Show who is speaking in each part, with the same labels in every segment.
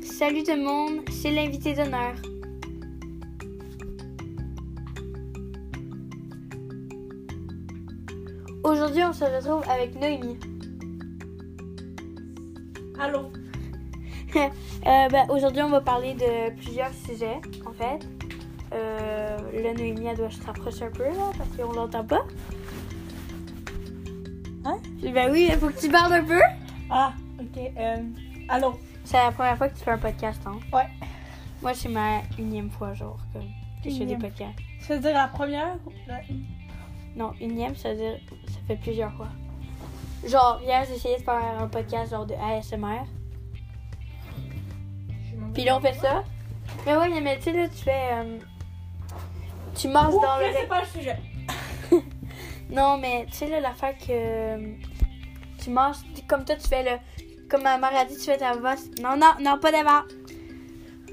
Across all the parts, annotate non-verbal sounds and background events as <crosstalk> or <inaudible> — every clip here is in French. Speaker 1: Salut tout le monde, c'est l'invité d'honneur. Aujourd'hui, on se retrouve avec Noémie.
Speaker 2: Allô?
Speaker 1: <laughs> Euh, ben, Aujourd'hui, on va parler de plusieurs sujets, en fait. Euh, là, Noémie, elle doit se rapprocher un peu, là, parce qu'on l'entend pas.
Speaker 2: Hein?
Speaker 1: Ben oui, il faut que tu parles un peu.
Speaker 2: Ah, ok. Euh, allô?
Speaker 1: C'est la première fois que tu fais un podcast, hein?
Speaker 2: Ouais.
Speaker 1: Moi, c'est ma unième fois, genre, que, que je fais des
Speaker 2: Unième.
Speaker 1: podcasts.
Speaker 2: Ça veut dire la première? ou la-
Speaker 1: Non, unième, ça veut dire ça fait plusieurs fois. Genre, hier, j'ai essayé de faire un podcast genre de ASMR. Puis là, on fait ça. Mais ouais, mais tu sais, là, tu fais. euh, tu masses
Speaker 2: Ouh,
Speaker 1: dans
Speaker 2: là,
Speaker 1: le.
Speaker 2: c'est pas le sujet.
Speaker 1: Non, mais tu sais, là, l'affaire que. euh, tu masses. tu- Comme toi, tu fais le. Comme ma mère a dit, tu fais ta voix. Non, non, non, pas d'avant.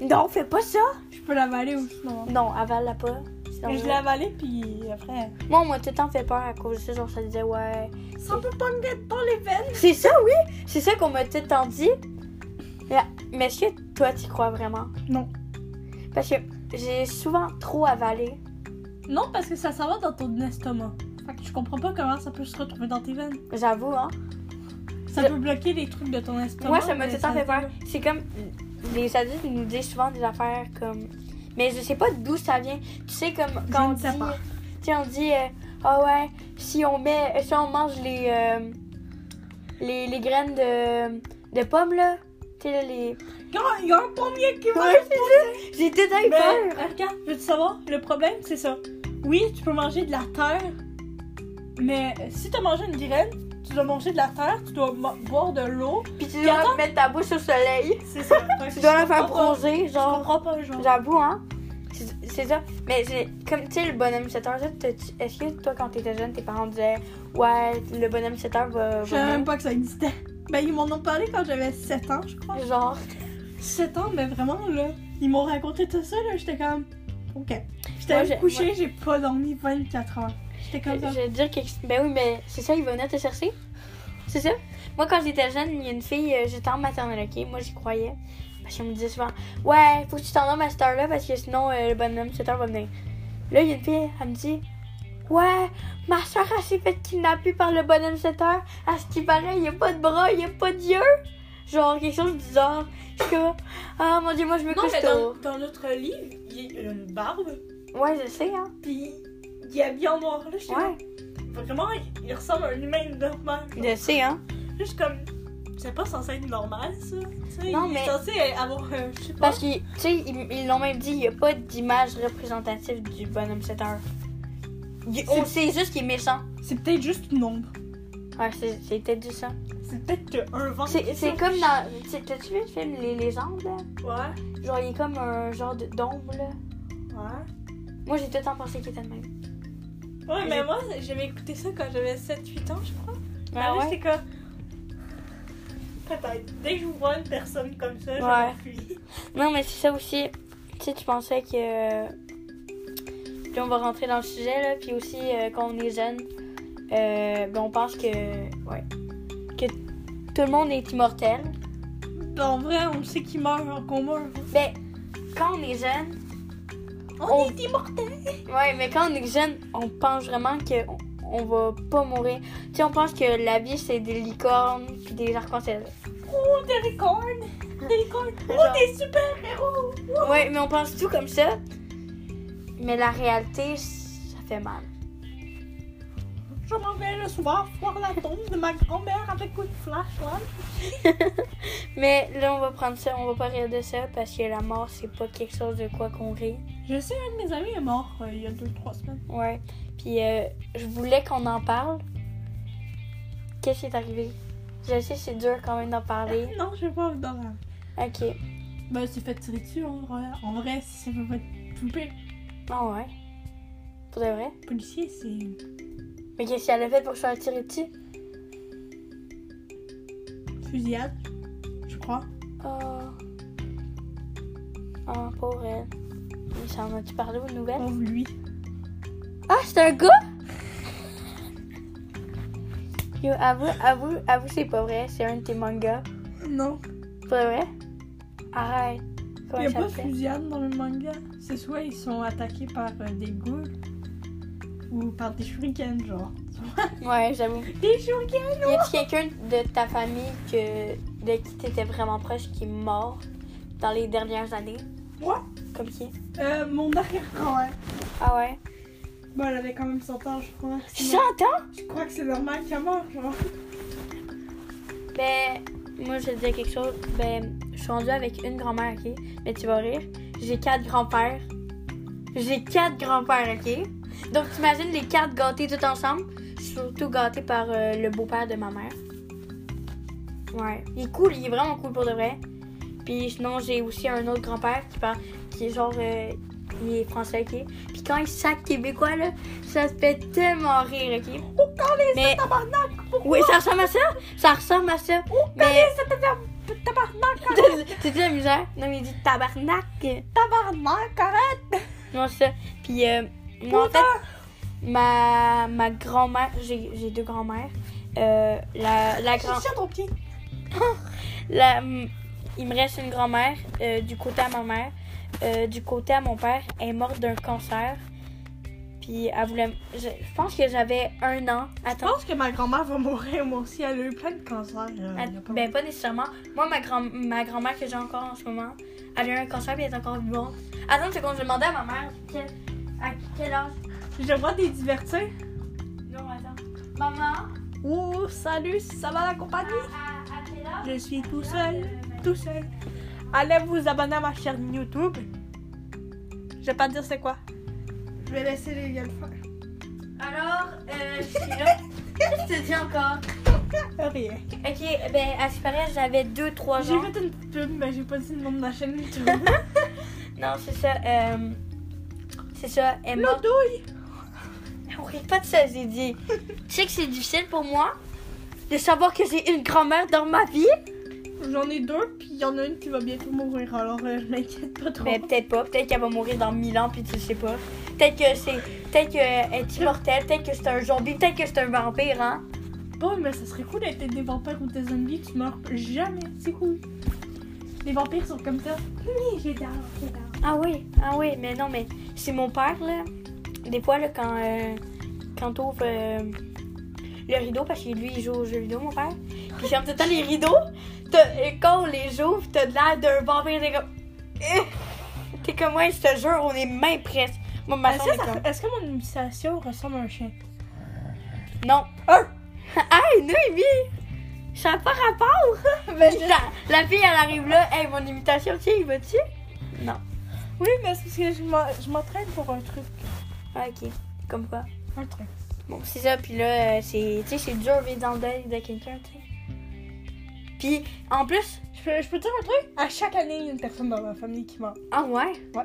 Speaker 1: Non, fais pas ça.
Speaker 2: Je peux l'avaler ou sinon. hein.
Speaker 1: Non, avale-la pas. Sinon,
Speaker 2: je l'ai avalé, puis après.
Speaker 1: Moi, on m'a tout le temps fait peur à cause de ça. Genre, ça disait, ouais.
Speaker 2: Ça peut pas me mettre dans les veines.
Speaker 1: C'est ça, oui! C'est ça qu'on m'a tout le temps dit. Mais- Mais est-ce que toi, tu crois vraiment?
Speaker 2: Non.
Speaker 1: Parce que j'ai souvent trop avalé.
Speaker 2: Non, parce que ça s'en va dans ton estomac. Fait que je comprends pas comment ça peut se retrouver dans tes veines.
Speaker 1: J'avoue, hein.
Speaker 2: Ça
Speaker 1: Je-
Speaker 2: peut bloquer les trucs de ton estomac.
Speaker 1: Moi, ça m'a
Speaker 2: mais
Speaker 1: tout le temps fait peur. C'est comme. Les adultes ils nous disent souvent des affaires comme. Mais je sais pas d'où ça vient. Tu sais, comme
Speaker 2: Je
Speaker 1: quand
Speaker 2: ne
Speaker 1: on
Speaker 2: sais
Speaker 1: dit.
Speaker 2: pas.
Speaker 1: Tu sais, on dit. euh, Ah ouais, si on, met, si on mange les, euh, les. les graines de. de pommes, là. Tu sais, là, les.
Speaker 2: Il y a- il y a un pommier qui va.
Speaker 1: Ouais, c'est ça! J'ai tout à
Speaker 2: Ben,
Speaker 1: peur!
Speaker 2: regarde, veux-tu savoir? Le problème, c'est ça. Oui, tu peux manger de la terre, mais si t'as mangé une graine, tu dois manger de la terre, tu dois mo- boire de l'eau.
Speaker 1: Puis tu
Speaker 2: Puis
Speaker 1: dois
Speaker 2: attends.
Speaker 1: mettre ta bouche au soleil.
Speaker 2: C'est ça. Fait que
Speaker 1: Tu dois
Speaker 2: je
Speaker 1: la faire
Speaker 2: comprends pas.
Speaker 1: bronzer,
Speaker 2: Je
Speaker 1: genre.
Speaker 2: comprends pas, genre.
Speaker 1: J'avoue, hein. C'est- C'est ça. Mais c'est comme, tu sais, le bonhomme 7 heures, ça, t'as- tu- est-ce que toi, quand t'étais jeune, tes parents disaient Ouais, le bonhomme 7 heures va. va
Speaker 2: Je savais même
Speaker 1: venir.
Speaker 2: pas que ça existait. Ben, ils m'en ont parlé quand j'avais 7 ans, je crois.
Speaker 1: Genre.
Speaker 2: 7 ans, mais vraiment, là, ils m'ont raconté tout ça, là, j'étais comme... Ok. J'étais
Speaker 1: Moi,
Speaker 2: allée
Speaker 1: j'ai-
Speaker 2: me coucher, j'ai pas dormi 24 heures. J'étais
Speaker 1: Je
Speaker 2: comme ça.
Speaker 1: vais te dire que. Ben oui, mais c'est ça, il va venir te chercher. C'est ça. Moi, quand j'étais jeune, il y a une fille, euh, j'étais en maternelle, ok Moi, j'y croyais. Parce qu'elle me disait souvent Ouais, faut que tu t'en nommes à cette heure-là parce que sinon, euh, le bonhomme 7 heures va venir. Là, il y a une fille, elle me dit Ouais, ma soeur, elle s'est fait kidnapper par le bonhomme 7 heures. À ce qui paraît, il n'y a pas de bras, il n'y a pas d'yeux. Genre, quelque chose du genre. Je suis comme Ah mon dieu, moi, je me couche tôt.
Speaker 2: notre livre, il y a une barbe,
Speaker 1: Ouais, je sais, hein.
Speaker 2: puis il est habillé en noir, là, j'étais
Speaker 1: Ouais,
Speaker 2: Vraiment, il- il ressemble à un humain normal.
Speaker 1: je sais, hein.
Speaker 2: Juste comme. C'est pas censé être normal, ça. Tu sais,
Speaker 1: Non,
Speaker 2: il
Speaker 1: mais-
Speaker 2: est censé avoir. euh, je sais pas.
Speaker 1: Parce que, tu sais, ils ils l'ont même dit, il n'y a pas d'image représentative du bonhomme 7 heures. Il- On sait juste qu'il est méchant.
Speaker 2: C'est peut-être juste une ombre.
Speaker 1: Ouais, c'est- c'est peut-être du ça.
Speaker 2: C'est peut-être un vent.
Speaker 1: C'est c'est comme dans. tu sais, T'as-tu vu le film Les légendes, là?
Speaker 2: Ouais,
Speaker 1: Genre, il est comme un genre de- d'ombre, là.
Speaker 2: ouais.
Speaker 1: Moi, j'ai tout le temps pensé qu'il était le même.
Speaker 2: Ouais,
Speaker 1: J'ai-
Speaker 2: mais moi, j'avais écouté ça quand j'avais 7-8 ans, je crois.
Speaker 1: Ah
Speaker 2: là,
Speaker 1: ouais?
Speaker 2: j'étais comme. Peut-être. Dès que je vois une personne comme ça,
Speaker 1: Ouais.
Speaker 2: je m'enfuis.
Speaker 1: Non, mais c'est ça aussi. Tu sais, tu pensais que. Puis on va rentrer dans le sujet, là. Puis aussi, euh, quand on est jeune, euh, ben, on pense que. Ouais. Que tout le monde est immortel.
Speaker 2: Ben, En vrai, on sait qu'il meurt, qu'on meurt.
Speaker 1: Ben, quand on est jeune,
Speaker 2: On,
Speaker 1: On-
Speaker 2: est immortel.
Speaker 1: ouais, mais quand on est jeune, on pense vraiment que on- on va pas mourir. Tu sais, on pense que la vie c'est des licornes puis des arcs-en-ciel.
Speaker 2: Oh, des licornes. Des
Speaker 1: <laughs>
Speaker 2: licornes. Oh,
Speaker 1: Genre-
Speaker 2: des super-héros.
Speaker 1: Ouais, mais on pense tout comme ça. Mais la réalité, ça fait mal.
Speaker 2: Je m'en vais le soir voir la tombe de ma grand-mère avec une flashlight.
Speaker 1: Mais là, on va prendre ça, on va pas rire de ça parce que la mort c'est pas quelque chose de quoi qu'on rit.
Speaker 2: Je sais, un de mes amis est mort euh, il y a 2-3 semaines.
Speaker 1: Ouais. Puis euh, je voulais qu'on en parle. Qu'est-ce qui est arrivé? Je sais, c'est dur quand même d'en parler.
Speaker 2: <laughs> Non, j'ai pas envie d'en parler.
Speaker 1: Ok.
Speaker 2: Ben, il s'est fait tirer dessus en vrai. En vrai, si ça peut pas être poupée,
Speaker 1: Ah ouais. Pour de vrai?
Speaker 2: le policier, c'est.
Speaker 1: Mais qu'est-ce qu'elle a fait pour se faire tirer dessus?
Speaker 2: fusillade, je crois.
Speaker 1: Oh. Oh, pauvre elle. Mais ça en a-tu parlé aux nouvelles?
Speaker 2: Pauvre lui.
Speaker 1: Mm. Ah, c'est un gars? <laughs> Yo, avoue, avoue, avoue, c'est pas vrai. C'est un de tes mangas.
Speaker 2: Non.
Speaker 1: Pas vrai? Arrête.
Speaker 2: Il
Speaker 1: Comment
Speaker 2: n'y a
Speaker 1: ça
Speaker 2: pas de
Speaker 1: s'appelle?
Speaker 2: fusillade dans le manga. C'est soit ils sont attaqués par euh, des ghouls ou par des shurikens, genre. <laughs>
Speaker 1: Ouais, j'avoue.
Speaker 2: Des shurikens
Speaker 1: Y a quelqu'un de ta famille que, de qui t'étais vraiment proche qui est mort dans les dernières années?
Speaker 2: Moi
Speaker 1: Comme qui?
Speaker 2: euh, Mon arrière-grand, hein.
Speaker 1: Ah ouais?
Speaker 2: Bon, elle avait quand même 100 ans, je crois. C'est no-
Speaker 1: J'entends!
Speaker 2: Je crois que c'est normal qu'elle meure, genre.
Speaker 1: Ben, moi, je vais te dire quelque chose. Ben, je suis rendue avec une grand-mère, ok? Mais tu vas rire. J'ai quatre grands-pères. J'ai quatre grands-pères, ok? Donc, t'imagines les quatre gâtés tout ensemble? Je suis surtout gâtée par euh, le beau-père de ma mère. Ouais. Il est cool, il est vraiment cool pour de vrai. Puis sinon, j'ai aussi un autre grand-père qui parle, qui est genre, euh, il est français, ok? Puis quand il sac québécois, là, ça se fait tellement rire, ok?
Speaker 2: Oh, quand les
Speaker 1: Mais-
Speaker 2: tabarnak Pourquoi
Speaker 1: Oui, ça ressemble à ça? Ça ressemble à ça.
Speaker 2: Oh, quand
Speaker 1: Mais-
Speaker 2: les tab- tabarnak
Speaker 1: C'est de la misère. Non, mais il dit tabarnak.
Speaker 2: Tabarnak, arrête
Speaker 1: Non, c'est ça. Puis, euh, non, en fait, ma, ma grand-mère, j'ai j'ai deux grand-mères. Euh, la, la grand
Speaker 2: Je tiens ton pied.
Speaker 1: la, mm, il me reste une grand-mère euh, du côté à ma mère. Euh, du côté à mon père, elle est morte d'un cancer. Puis elle voulait. Je, je pense que j'avais un an.
Speaker 2: Je
Speaker 1: Attends.
Speaker 2: pense que ma grand-mère va mourir, moi aussi. Elle a eu plein de cancers. euh, il y a
Speaker 1: att-
Speaker 2: pas
Speaker 1: ben, pas nécessairement. Moi, ma, grand, ma grand-mère que j'ai encore en ce moment, elle a eu un cancer et elle est encore vivante. Attends une seconde, je demandais à ma mère quel- à quel âge.
Speaker 2: longtemps. J'aimerais des divertir.
Speaker 1: Non, attends. Maman,
Speaker 2: Oh, salut, ça va la
Speaker 1: à,
Speaker 2: compagnie
Speaker 1: à, à quel âge?
Speaker 2: Je suis tout
Speaker 1: À quel
Speaker 2: seul,
Speaker 1: âge, euh,
Speaker 2: tout seul. Allez vous abonner à ma chaîne YouTube. Je vais pas te dire c'est quoi. Je vais laisser les gars le faire.
Speaker 1: Alors, euh, je suis là. Qu'est-ce que tu dis encore?
Speaker 2: Rien.
Speaker 1: Ok, ben, à ce paraît, j'avais 2-3
Speaker 2: J'ai
Speaker 1: ans.
Speaker 2: fait une petite pub, mais j'ai pas dit le nom de ma chaîne YouTube. <laughs>
Speaker 1: Non, c'est ça. Euh, c'est ça, elle est morte.
Speaker 2: douille
Speaker 1: On rit pas de ça, j'ai dit. tu sais que c'est difficile pour moi de savoir que j'ai une grand-mère dans ma vie.
Speaker 2: J'en ai deux, puis il y en a une qui va bientôt mourir, alors euh, je m'inquiète pas trop.
Speaker 1: Mais peut-être pas. Peut-être qu'elle va mourir dans 1000 ans, puis tu le sais pas. Peut-être que c'est. Peut-être qu'elle est immortelle. Peut-être que c'est un zombie. Peut-être que c'est un vampire, hein.
Speaker 2: Bon, mais ça serait cool d'être des vampires ou des zombies, tu meurs jamais, c'est cool. Les vampires sont comme ça. Oui, j'ai tort, j'ai tort.
Speaker 1: Ah oui, ah oui, mais non, mais c'est mon père, là. Des fois, là, quand, euh, quand t'ouvres euh, le rideau, parce que lui, il joue aux jeux vidéo, mon père. Puis ferme tout le temps les rideaux. t'as- et quand on les ouvre, t'as de l'air d'un vampire. T'es comme. Eh! T'es comme <laughs> moi, je te jure, on est même presque. Moi, ma
Speaker 2: Est-ce
Speaker 1: chambre
Speaker 2: que,
Speaker 1: est
Speaker 2: Bah, ça-
Speaker 1: comme.
Speaker 2: est-ce que mon imitation ressemble à un chien?
Speaker 1: Non.
Speaker 2: Ah!
Speaker 1: <laughs> hey, Noémie! Ça n'a pas rapport!
Speaker 2: <laughs> Ben, je-
Speaker 1: la, la fille, elle arrive là. Hey, mon imitation, tu sais, il va tuer? Non.
Speaker 2: Oui, mais c'est parce que je m'en- je m'entraîne pour un truc.
Speaker 1: Ah, ok. Comme quoi?
Speaker 2: Un truc.
Speaker 1: Bon, c'est ça, puis là, euh, c'est, tu sais, c'est dur de vivre dans le deuil de quelqu'un, tu sais. Puis, en plus,
Speaker 2: Je peux, je peux te dire un truc? À chaque année, il y a une personne dans ma famille qui meurt.
Speaker 1: ah ouais?
Speaker 2: Ouais.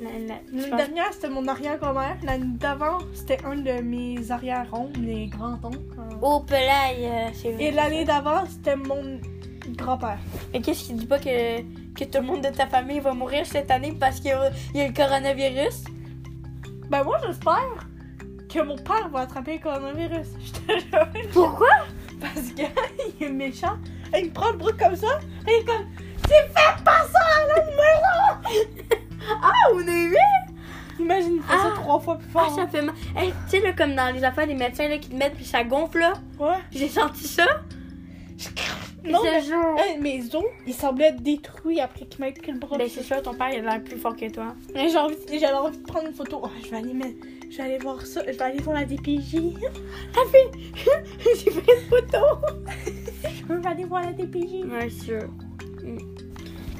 Speaker 1: La- la- tu
Speaker 2: L'année
Speaker 1: penses-
Speaker 2: dernière, c'était mon arrière-grand-mère. L'année d'avant, c'était un de mes arrière-oncles, mes grands-oncles. hein.
Speaker 1: Oh, pelaille, euh, c'est
Speaker 2: Et l'année d'avant, c'était mon grand-père.
Speaker 1: Mais qu'est-ce qui dit pas que, que tout le monde de ta famille va mourir cette année parce qu'il y a, il y a le coronavirus?
Speaker 2: Ben moi, j'espère que mon père va attraper le coronavirus. <laughs> Je te jure.
Speaker 1: Pourquoi?
Speaker 2: Parce que il est méchant. Et il me prend le bras comme ça. Et il est comme... Tu fais pas ça à l'autre
Speaker 1: Ah, on est huit!
Speaker 2: Imagine, il fait ça
Speaker 1: Ah.
Speaker 2: trois fois plus
Speaker 1: Ah,
Speaker 2: fort. hein.
Speaker 1: ça fait mal. Hey, tu sais, là, comme dans les affaires des médecins, là, qui te mettent, puis ça gonfle, là.
Speaker 2: Ouais.
Speaker 1: J'ai senti ça.
Speaker 2: Non,
Speaker 1: ce
Speaker 2: mais...
Speaker 1: jour.
Speaker 2: Hey, mes os, ils semblaient détruits après qu'il m'ait pris le bras.
Speaker 1: Ben, c'est sûr, ton père, il a l'air plus fort que toi.
Speaker 2: Mais j'ai envie, j'avais envie de prendre une photo. Oh, je vais aller, mettre- je vais aller voir ça. Je vais aller voir la DPJ. Ah,
Speaker 1: La
Speaker 2: <laughs>
Speaker 1: fille! J'ai pris une photo!
Speaker 2: Je veux aller voir la DPJ.
Speaker 1: Ouais, c'est sûr. Mm.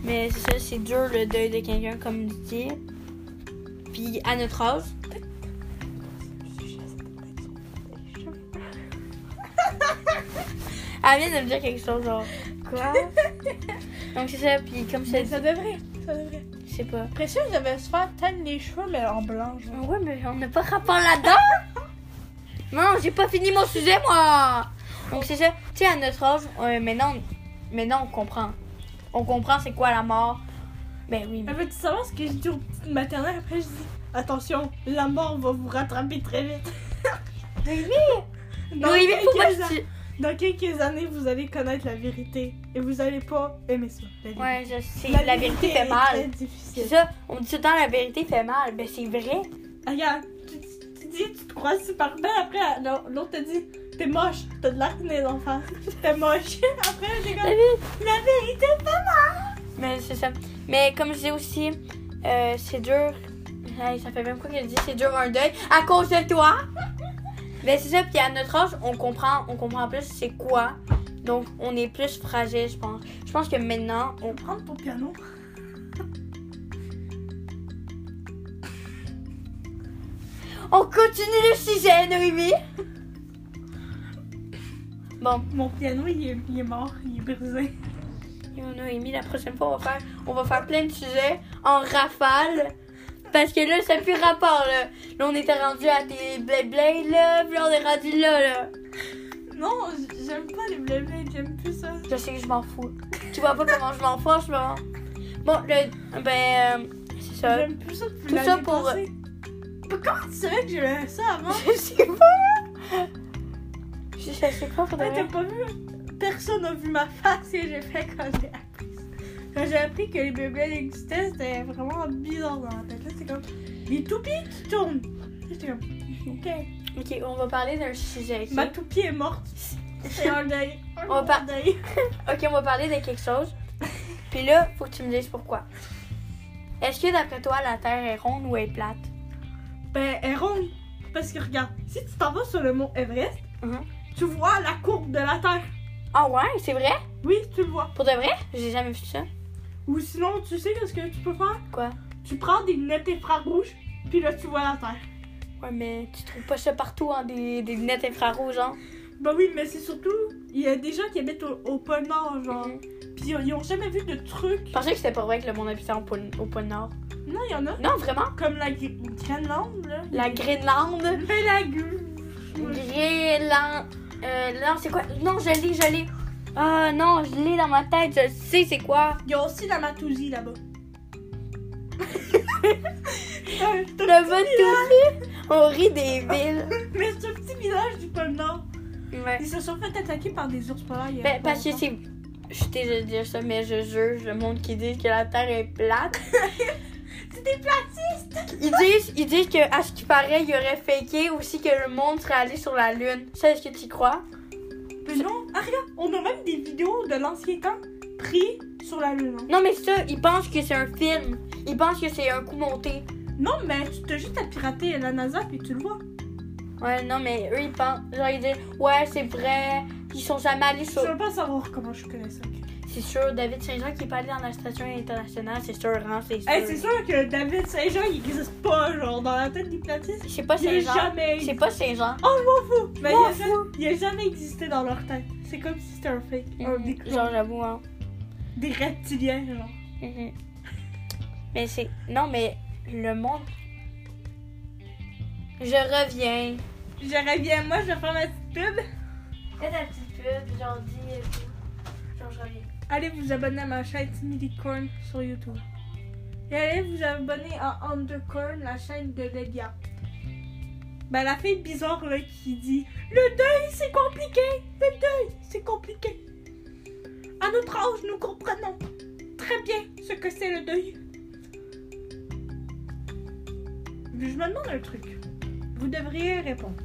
Speaker 1: Mais c'est ça, c'est dur le deuil de quelqu'un, comme tu dis. Puis à notre âge, elle vient de me dire quelque chose, genre quoi? Donc c'est ça, puis comme ça,
Speaker 2: Mais ça devrait, ça devrait.
Speaker 1: je sais pas.
Speaker 2: Précieux, je devais se faire teindre les cheveux, mais en blanc. genre.
Speaker 1: Ouais, mais on n'a pas rapport là-dedans!
Speaker 2: <laughs>
Speaker 1: non, j'ai pas fini mon sujet, moi! Donc c'est ça, tu sais, à notre âge, euh, maintenant, maintenant on comprend. On comprend c'est quoi la mort. Ben oui, mais-
Speaker 2: Elle veut-tu Ah, savoir ce que je dis aux petites maternelles? Après, je dis Attention, la mort va vous rattraper très vite.
Speaker 1: Noémie!
Speaker 2: Dans
Speaker 1: Noémie, faut pas
Speaker 2: 15
Speaker 1: que
Speaker 2: ans.
Speaker 1: tu...
Speaker 2: Dans quelques années, vous allez connaître la vérité et vous allez pas aimer ça. la vérité.
Speaker 1: Ouais, je sais. La, vérité fait
Speaker 2: est très
Speaker 1: mal. C'est
Speaker 2: difficile.
Speaker 1: ça. On dit tout le temps la vérité fait mal. Ben, c'est vrai.
Speaker 2: Ah, Regarde, tu, tu- tu dis, tu te crois super belle. Ben, Après, elle- l'autre te dit, t'es moche, t'as de l'acné des enfants. <laughs> T'es moche. Après, j'ai
Speaker 1: La
Speaker 2: comme,
Speaker 1: vie-
Speaker 2: la vérité.
Speaker 1: Mais c'est ça. Mais comme je dis aussi, euh, c'est dur. Hey, ça fait même quoi que je dis c'est dur un deuil à cause de toi. Mais c'est ça. Puis à notre âge, on comprend, on comprend plus c'est quoi. Donc on est plus fragile, je pense. Je pense que maintenant, on
Speaker 2: Prends ton piano.
Speaker 1: On continue le sujet, Noémie. Bon,
Speaker 2: Mon piano, il est, il est mort, il est brisé. <laughs>
Speaker 1: yo, Noémie, la prochaine fois, on va faire, on va faire plein de sujets en rafale. Parce que là, ça n'a plus rapport, là. Là, on était rendu à tes blade là. Puis là, on est rendu là, là.
Speaker 2: Non, j- j'aime pas les blablates, j'aime plus ça.
Speaker 1: Je sais que je m'en fous. Tu vois pas comment je m'en fous en ce moment. Bon, le... Ben, euh, c'est ça.
Speaker 2: J'aime plus ça depuis
Speaker 1: tout ça
Speaker 2: l'année
Speaker 1: pour-
Speaker 2: passée. Mais Comment tu savais que j'aimais ça avant?
Speaker 1: Je sais pas. Je je sais pas, faudrait...
Speaker 2: Ouais, t'as pas vu? Personne n'a vu ma face et j'ai fait quand j'ai appris ça. Quand j'ai appris que les bébés existaient, c'était vraiment bizarre dans la tête. Là, c'est comme les toupies qui tournent. Là, J'étais comme, ok.
Speaker 1: Ok, on va parler d'un sujet, ok?
Speaker 2: Ma toupie est morte. C'est un deuil. Un
Speaker 1: On
Speaker 2: gros
Speaker 1: part-
Speaker 2: deuil.
Speaker 1: Ok, on va parler de quelque <laughs> chose. Puis là, faut que tu me dises pourquoi. Est-ce que d'après toi, la Terre est ronde ou elle est plate?
Speaker 2: Ben, elle ronde. Parce que regarde, si tu t'en vas sur le mont Everest,
Speaker 1: Mhm.
Speaker 2: tu vois la courbe de la Terre.
Speaker 1: Ah ouais, c'est vrai?
Speaker 2: Oui, tu le vois.
Speaker 1: Pour de vrai? J'ai jamais vu ça.
Speaker 2: Ou sinon, tu sais qu'est-ce que tu peux faire?
Speaker 1: Quoi?
Speaker 2: Tu prends des lunettes infrarouges, puis là, tu vois la Terre.
Speaker 1: Ouais, mais tu trouves pas ça partout, hein, des, des lunettes infrarouges, hein?
Speaker 2: Bah oui, mais c'est surtout, il y a des gens qui habitent au, au pôle Nord, genre.
Speaker 1: Mhm.
Speaker 2: Puis ils ont jamais vu de truc.
Speaker 1: Je pensais que c'était pas vrai que le monde habitait au pôle, au pôle Nord.
Speaker 2: Non, il y en a.
Speaker 1: Non, vraiment?
Speaker 2: Comme la Gr- Greenland, là.
Speaker 1: La Greenlande?
Speaker 2: Mais la Gru-
Speaker 1: Greenland. Euh, non, c'est quoi? Non, je l'ai, je l'ai. Ah non, je l'ai dans ma tête, je sais c'est quoi.
Speaker 2: Il y a aussi la
Speaker 1: <laughs>
Speaker 2: Matousie là-bas. Euh, c'est un
Speaker 1: Le
Speaker 2: petit village-
Speaker 1: vote aussi. On rit des villes.
Speaker 2: Mais c'est un petit village du pôle Nord.
Speaker 1: Ouais.
Speaker 2: Ils se sont fait attaquer par des ours polaires. il y a
Speaker 1: Ben,
Speaker 2: pas
Speaker 1: parce que
Speaker 2: longtemps.
Speaker 1: c'est. Je suis désolée de dire ça, mais je juge le monde qui dit que la Terre est plate.
Speaker 2: <laughs> C'est des platistes!
Speaker 1: Ils disent, ils disent que, à ce qui paraît, il aurait faké aussi que le monde serait allé sur la Lune. Ça, est-ce que tu y crois?
Speaker 2: Mais non, ah, regarde, on a même des vidéos de l'ancien temps pris sur la Lune. hein.
Speaker 1: Non, mais ça, ils pensent que c'est un film. Ils pensent que c'est un coup monté.
Speaker 2: Non, mais tu t'as juste à pirater la NASA puis tu le vois.
Speaker 1: Ouais, non, mais eux, ils pensent. Genre, ils disent, ouais, c'est vrai. Ils sont jamais allés
Speaker 2: Je
Speaker 1: sur.
Speaker 2: veux pas savoir comment je connais ça.
Speaker 1: C'est sûr, David Saint-Jean qui est pas allé dans la station internationale, c'est sûr, hein, c'est sûr.
Speaker 2: Hey, c'est sûr que David Saint-Jean, il existe pas, genre, dans la tête des platistes.
Speaker 1: C'est pas
Speaker 2: Il a
Speaker 1: Saint-Jean.
Speaker 2: jamais...
Speaker 1: C'est pas Saint-Jean.
Speaker 2: Oh, je m'en fous! Mais il
Speaker 1: M'en
Speaker 2: a, jamais, il a jamais existé dans leur tête. C'est comme si c'était un fake. Un des,
Speaker 1: Mhm. Mm. Genre, j'avoue, hein.
Speaker 2: des reptiliens, genre.
Speaker 1: Mhm. Mais c'est. Non, mais le monde. Je reviens.
Speaker 2: J'aurais bien, moi, je vais faire ma petite pub.
Speaker 1: Fais ta petite pub, genre dis et tout. Genre, je reviens.
Speaker 2: Allez vous abonner à ma chaîne Timilicorn sur YouTube. Et allez vous abonner à Undercorn, la chaîne de Lelia. Ben, la fille bizarre, là, qui dit « Le deuil, c'est compliqué! Le deuil, c'est compliqué! » À notre âge, nous comprenons très bien ce que c'est le deuil. Mais Je me demande un truc. Vous devriez répondre.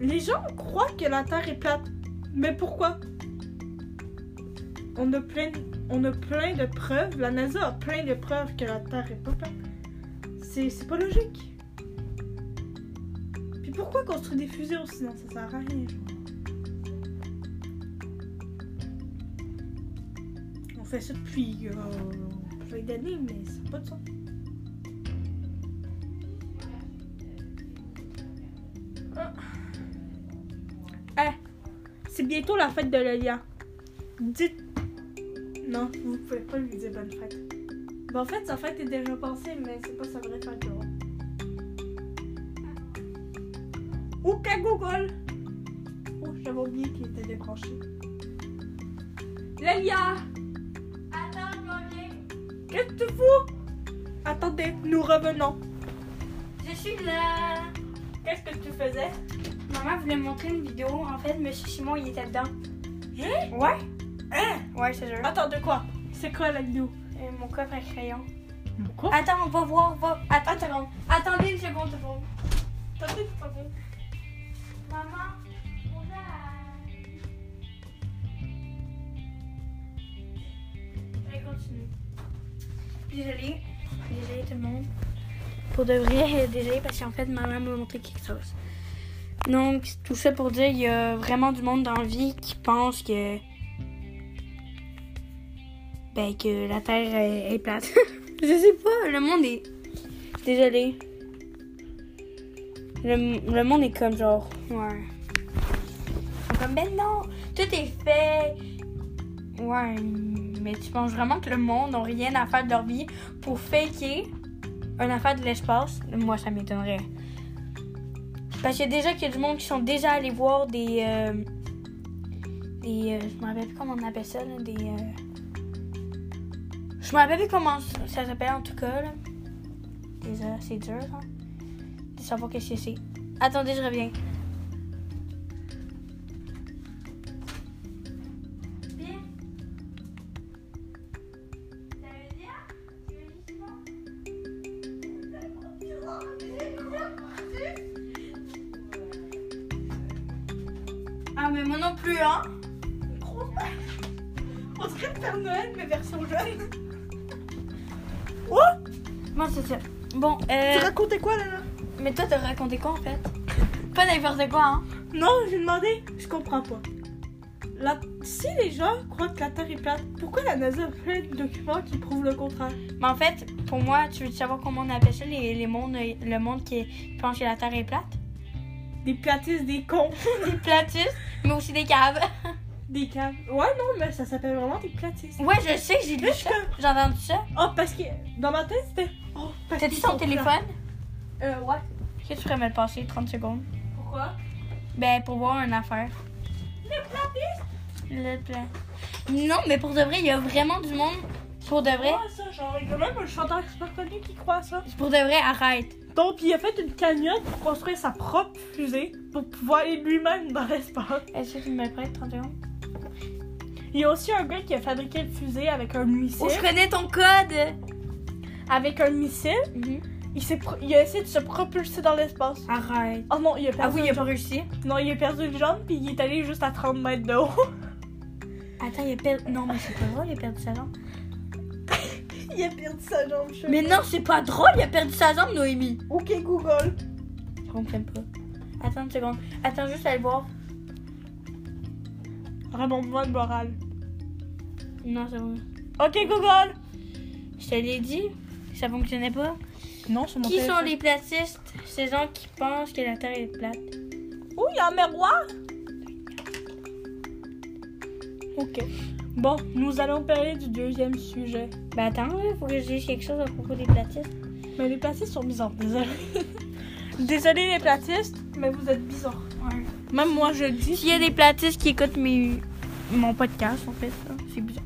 Speaker 2: Les gens croient que la Terre est plate. Mais pourquoi on a plein, on a plein de preuves. La NASA a plein de preuves que la Terre est pas plate. C'est, c'est pas logique. Puis pourquoi construire des fusions sinon ça sert à rien. On fait ça depuis euh, plein d'années, mais ça n'a pas de sens. Ah. Eh, c'est bientôt la fête de l'Elia. Dites. Non, vous pouvez pas lui dire bonne fête. Ben, en fait, sa fête est déjà passée, mais c'est pas sa vraie fête, genre. Ok, Google! Oh, j'avais oublié qu'il était débranché. Lélia!
Speaker 1: Attends, je reviens.
Speaker 2: Qu'est-ce que tu fous? Attendez, nous revenons.
Speaker 1: Je suis là.
Speaker 2: Qu'est-ce que tu faisais?
Speaker 1: Maman voulait me montrer une vidéo. En fait, Monsieur Simon, il était dedans.
Speaker 2: Hein?
Speaker 1: Ouais?
Speaker 2: Hein?
Speaker 1: Ouais, c'est sûr.
Speaker 2: Attends, de quoi C'est quoi la vidéo
Speaker 1: Euh, mon coffre à crayon.
Speaker 2: Quoi
Speaker 1: Attends, on va voir. Va... Attends, une seconde. Attendez une seconde, tout le monde.
Speaker 2: Attendez, attendez.
Speaker 1: Maman, on va... Je vais continuer. Désolée. Désolée tout le monde. Pour de vrai, euh, désolée parce qu'en fait, maman m'a montré quelque chose. Donc, tout ça pour dire, il y a vraiment du monde dans la vie qui pense que... Ben, que la Terre euh, est plate. <laughs> Je sais pas, le monde est... Désolée. Le, le monde est comme genre. Ouais. Ils sont Comme ben non, tout est fait. Ouais, mais tu penses vraiment que le monde n'a rien à faire de leur vie pour faker une affaire de l'espace? Moi, ça m'étonnerait. Parce qu'il y a déjà qu'il y a du monde qui sont déjà allés voir des. euh, des. euh, je me rappelle plus comment on appelle ça, là, des. euh, je me rappelle plus comment ça s'appelle en tout cas, là. Des, euh, c'est dur, ça de savoir qu'est-ce que c'est. Attendez, je reviens. Ah, mais moi non plus, hein.
Speaker 2: <laughs> On dirait le Père Noël, mais version jeune. Oh!
Speaker 1: Moi, c'est ça. Bon,
Speaker 2: Tu
Speaker 1: euh,
Speaker 2: racontais quoi, là, là
Speaker 1: mais toi, t'as raconté quoi en fait? Pas n'importe quoi, hein.
Speaker 2: Non, j'ai demandé, je comprends pas. La- Si les gens croient que la Terre est plate, pourquoi la NASA fait des documents qui prouvent le contraire
Speaker 1: Mais en fait, pour moi, tu veux savoir comment on appelle ça, les, les mondes, le monde qui est- pense que la Terre est <laughs> plate?
Speaker 2: Des platistes, des cons,
Speaker 1: Des platistes, mais aussi des caves.
Speaker 2: des caves. Ouais, non, mais ça s'appelle vraiment des platistes.
Speaker 1: Ouais, je sais, j'ai lu
Speaker 2: Là, je suis
Speaker 1: ça.
Speaker 2: comme,
Speaker 1: J'ai entendu ça.
Speaker 2: oh, parce que dans ma tête, c'était. Oh, parce
Speaker 1: T'as-tu
Speaker 2: qu'ils
Speaker 1: ton
Speaker 2: sont plats.
Speaker 1: téléphone?
Speaker 2: Euh, ouais.
Speaker 1: Est-ce que tu pourrais me le passer 30 secondes?
Speaker 2: Pourquoi
Speaker 1: Ben, pour voir une affaire. Le plan. Non, mais pour de vrai, il y a vraiment du monde. Pour de vrai,
Speaker 2: Ouais, ça, genre, il y a même un chanteur super connu qui croit à ça.
Speaker 1: pour de vrai, arrête.
Speaker 2: Donc, il a fait une cagnotte pour construire sa propre fusée pour pouvoir aller lui-même dans l'espace.
Speaker 1: Est-ce que tu me le prêtes 30 secondes?
Speaker 2: Il y a aussi un gars qui a fabriqué une fusée avec un missile.
Speaker 1: Oh, je connais ton code!
Speaker 2: Avec un missile.
Speaker 1: Mhm.
Speaker 2: Il, s'est pro- il a essayé de se propulser dans l'espace.
Speaker 1: Arrête.
Speaker 2: Oh non, il a
Speaker 1: Ah
Speaker 2: perdu
Speaker 1: oui, il
Speaker 2: une
Speaker 1: a pas
Speaker 2: jambe.
Speaker 1: réussi.
Speaker 2: Non, il a perdu une jambe puis il est allé juste à 30 mètres de haut. <laughs>
Speaker 1: Attends, il a perdu. Non, mais c'est pas drôle, il a perdu sa jambe.
Speaker 2: il a perdu sa jambe, je
Speaker 1: Mais non, c'est pas drôle, il a perdu sa jambe, Noémie.
Speaker 2: Ok, Google.
Speaker 1: Je comprends pas. Attends une seconde. Attends juste à le voir.
Speaker 2: Vraiment moins de morale.
Speaker 1: Non, c'est bon.
Speaker 2: Ok, Google.
Speaker 1: Je te l'ai dit, ça fonctionnait pas.
Speaker 2: Non, c'est mon
Speaker 1: Qui sont
Speaker 2: téléphone.
Speaker 1: les platistes? Ces gens qui pensent que la Terre est plate.
Speaker 2: Oh, il y a un miroir. Ok. Bon, nous allons parler du deuxième sujet.
Speaker 1: Ben attends, là, faut que je dise quelque chose à propos des platistes.
Speaker 2: Mais les platistes sont bizarres, désolé. <laughs> désolé les platistes, mais vous êtes bizarres.
Speaker 1: Ouais.
Speaker 2: Même moi je le dis.
Speaker 1: S'il y a des platistes qui écoutent mes... mon podcast, en fait, ça, c'est bizarre.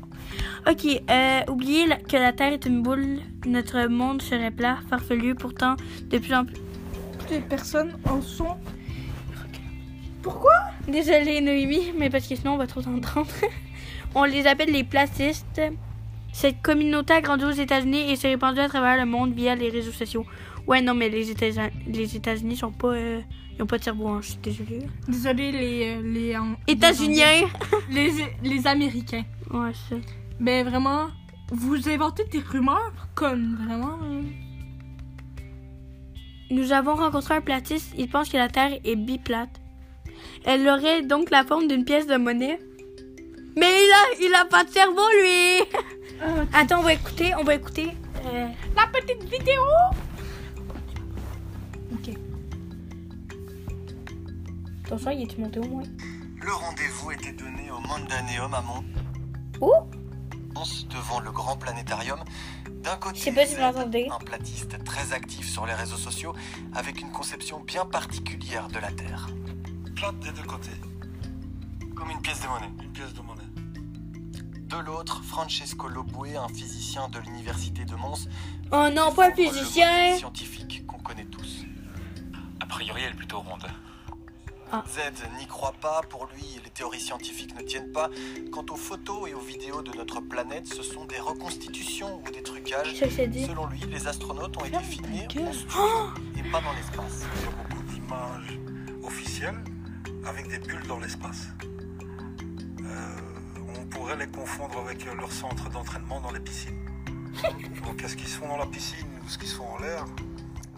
Speaker 1: Ok, euh, oubliez la- que la Terre est une boule, notre monde serait plat, farfelu, pourtant de plus en plus.
Speaker 2: Toutes les personnes en sont. Pourquoi
Speaker 1: Désolée Noémie, mais parce que sinon on va trop s'entendre. <laughs> on les appelle les platistes. Cette communauté a grandi aux États-Unis et s'est répandue à travers le monde via les réseaux sociaux. Ouais, non, mais les États- les États-Unis sont pas. euh, Ils ont pas de cerveau, hein, je suis désolée.
Speaker 2: Désolé les. euh, les
Speaker 1: États-Uniens!
Speaker 2: Les, les Américains.
Speaker 1: Ouais, c'est ça.
Speaker 2: Mais vraiment, vous inventez des rumeurs comme vraiment. euh,
Speaker 1: Nous avons rencontré un platiste. Il pense que la Terre est biplate. Elle aurait donc la forme d'une pièce de monnaie. Mais il a, il a pas de cerveau, lui! Attends, on va écouter, on va écouter. Euh,
Speaker 2: La petite vidéo Ok.
Speaker 1: ton son, il est monté au moins?
Speaker 3: Le rendez-vous était donné au Mandaneum à
Speaker 1: Où?
Speaker 3: Mons devant le grand planétarium. D'un côté,
Speaker 1: Je sais pas si vous
Speaker 3: Zed,
Speaker 1: l'entendez.
Speaker 3: un platiste très actif sur les réseaux sociaux avec une conception bien particulière de la Terre. Plate des deux côtés. Comme une pièce de monnaie. Une pièce de monnaie. De l'autre, Francesco Lobue, un physicien de l'université de
Speaker 1: Oh
Speaker 3: Mons,
Speaker 1: non, pas un
Speaker 3: Probablement
Speaker 1: physicien!
Speaker 3: scientifique qu'on connaît tous. A priori, elle est plutôt ronde.
Speaker 1: Ah.
Speaker 3: Z n'y croit pas, pour lui, les théories scientifiques ne tiennent pas. Quant aux photos et aux vidéos de notre planète, ce sont des reconstitutions ou des trucages.
Speaker 1: Ça, c'est dit.
Speaker 3: Selon lui, les astronautes ont été
Speaker 1: Ferme ta
Speaker 3: filmés
Speaker 1: gueule. Oh
Speaker 3: en studio et pas dans l'espace.
Speaker 4: Il y a beaucoup d'images officielles avec des bulles dans l'espace. Euh, on pourrait les confondre avec euh, leur centre d'entraînement dans les piscines. Donc est-ce qu'ils sont dans la piscine ou est-ce qu'ils sont en l'air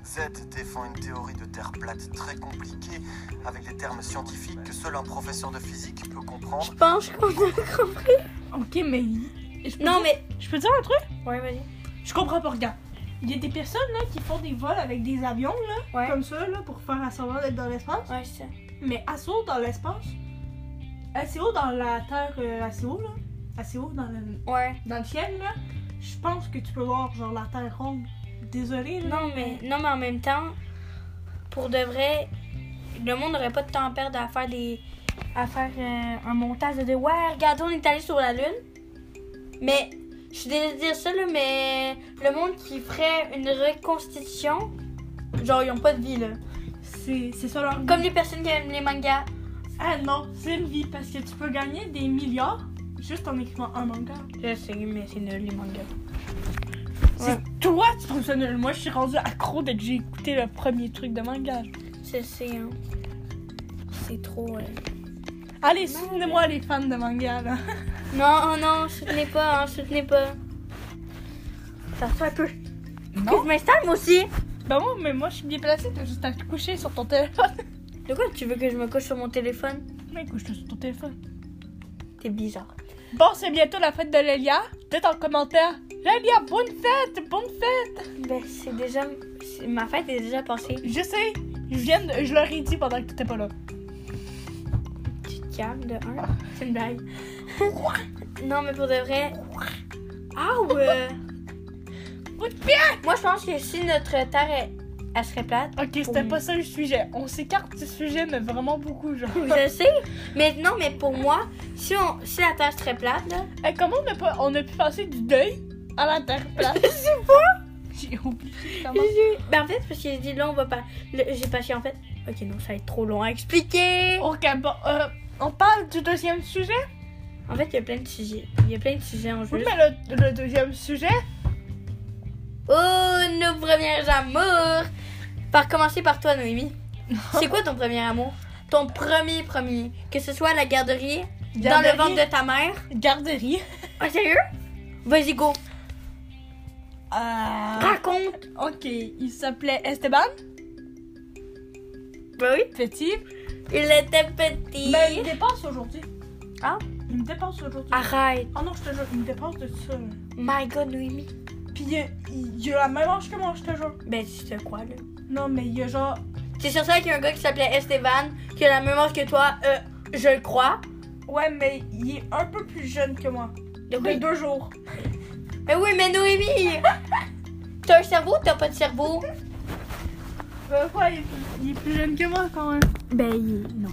Speaker 3: Z défend une théorie de terre plate très compliquée, avec des termes scientifiques que seul un professeur de physique peut comprendre.
Speaker 1: Je pense qu'on a compris.
Speaker 2: Ok, mais. Je peux
Speaker 1: Non,
Speaker 2: dire-
Speaker 1: mais.
Speaker 2: Je peux dire un truc
Speaker 1: Ouais, vas-y.
Speaker 2: Je comprends pas, regarde. Il y a des personnes là qui font des vols avec des avions là,
Speaker 1: Ouais.
Speaker 2: comme ça là, pour faire à semblant d'être dans l'espace.
Speaker 1: Ouais, c'est ça.
Speaker 2: Mais assez haut dans l'espace, assez haut dans la terre, euh, assez haut là, assez haut dans le,
Speaker 1: Ouais.
Speaker 2: dans le ciel là, je pense que tu peux voir genre la terre ronde. Désolée là.
Speaker 1: Non, mais, non, mais en même temps, pour de vrai, le monde n'aurait pas de temps à perdre à faire des. à faire euh, un montage de dire Ouais, regardez, on est allé sur la Lune. Mais, je suis désolée de dire ça, là, mais le monde qui ferait une reconstitution, genre, ils ont pas de vie, là.
Speaker 2: C'est c'est ça leur
Speaker 1: Comme les personnes qui aiment les mangas.
Speaker 2: Ah non, c'est une vie parce que tu peux gagner des milliards juste en écrivant un manga.
Speaker 1: Je sais, mais c'est nul, les mangas.
Speaker 2: C'est toi qui trouves ça nul. Moi, je suis rendue accro dès que j'ai écouté le premier truc de manga.
Speaker 1: Je sais, hein. C'est trop. euh,
Speaker 2: Allez, soutenez-moi les fans de manga là.
Speaker 1: Non, oh non, soutenez pas, hein, soutenez pas. Ça se fait un peu. Que je m'installe, moi aussi.
Speaker 2: Bah bon, mais moi je suis bien placée, t'as juste à te coucher sur ton téléphone. <laughs>
Speaker 1: De quoi tu veux que je me couche sur mon téléphone
Speaker 2: Mais couche-toi sur ton téléphone.
Speaker 1: T'es bizarre.
Speaker 2: Bon, c'est bientôt la fête de Lélia. Dites en commentaire. Lélia, bonne fête, bonne fête.
Speaker 1: Ben, c'est déjà. c'est- Ma fête est déjà passée.
Speaker 2: Je sais, je viens de- je leur ai dit pendant que t'étais pas là.
Speaker 1: Tu te calmes de un. C'est une blague. <laughs> non, mais pour de vrai. Ah ouais!
Speaker 2: Coup de pied.
Speaker 1: Moi, je pense que si notre terre, elle, elle serait plate.
Speaker 2: Ok, c'était pas ça le sujet. On s'écarte du sujet, mais vraiment beaucoup, genre.
Speaker 1: Je sais. Mais non, mais pour moi, si, on, si la terre serait plate, là.
Speaker 2: Hey, Eh, comment on a, pas, on a pu passer du deuil à la terre <laughs> plate?
Speaker 1: Je sais
Speaker 2: J'ai oublié comment.
Speaker 1: pas. Ben, en fait, parce que j'ai dit là, on va pas. le- J'ai pas chier en fait. Ok, non, ça va être trop long à expliquer.
Speaker 2: Ok, bon, euh, on parle du deuxième sujet?
Speaker 1: En fait, il y a plein de sujets. Il y a plein de sujets en jeu.
Speaker 2: Oui, mais le, le deuxième sujet,
Speaker 1: Oh, nos premiers amours! Par commencer par toi, <laughs> Noémie. C'est quoi ton premier amour? Ton premier premier. Que ce soit à la garderie, dans le ventre de ta mère.
Speaker 2: de... Garderie.
Speaker 1: Ah, sérieux? Vas-y, go. Ah.
Speaker 2: Euh...
Speaker 1: Raconte.
Speaker 2: Ok, il s'appelait Esteban,
Speaker 1: Ben oui. Bah
Speaker 2: petit.
Speaker 1: Il était petit.
Speaker 2: Mais Ben, il me dépense aujourd'hui.
Speaker 1: Ah?
Speaker 2: Il me dépense aujourd'hui.
Speaker 1: Arrête.
Speaker 2: Oh non, je te jure, il me dépense de ça. là.
Speaker 1: My God, Noémie.
Speaker 2: Puis il, il, il a la même âge que moi, je te jure.
Speaker 1: Ben, tu te crois, là.
Speaker 2: Non, mais il a genre.
Speaker 1: C'est sur ça qu'il y a un gars qui s'appelait Esteban, qui a la même âge que toi. Euh, je le crois.
Speaker 2: Ouais, mais il est un peu plus jeune que moi.
Speaker 1: De quoi
Speaker 2: De
Speaker 1: il-
Speaker 2: deux jours.
Speaker 1: Mais Eh oui, mais <laughs> Noémie! T'as un cerveau ou t'as pas de cerveau?
Speaker 2: Euh, ouais, il est plus- il est plus jeune que moi quand même.
Speaker 1: Ben, non.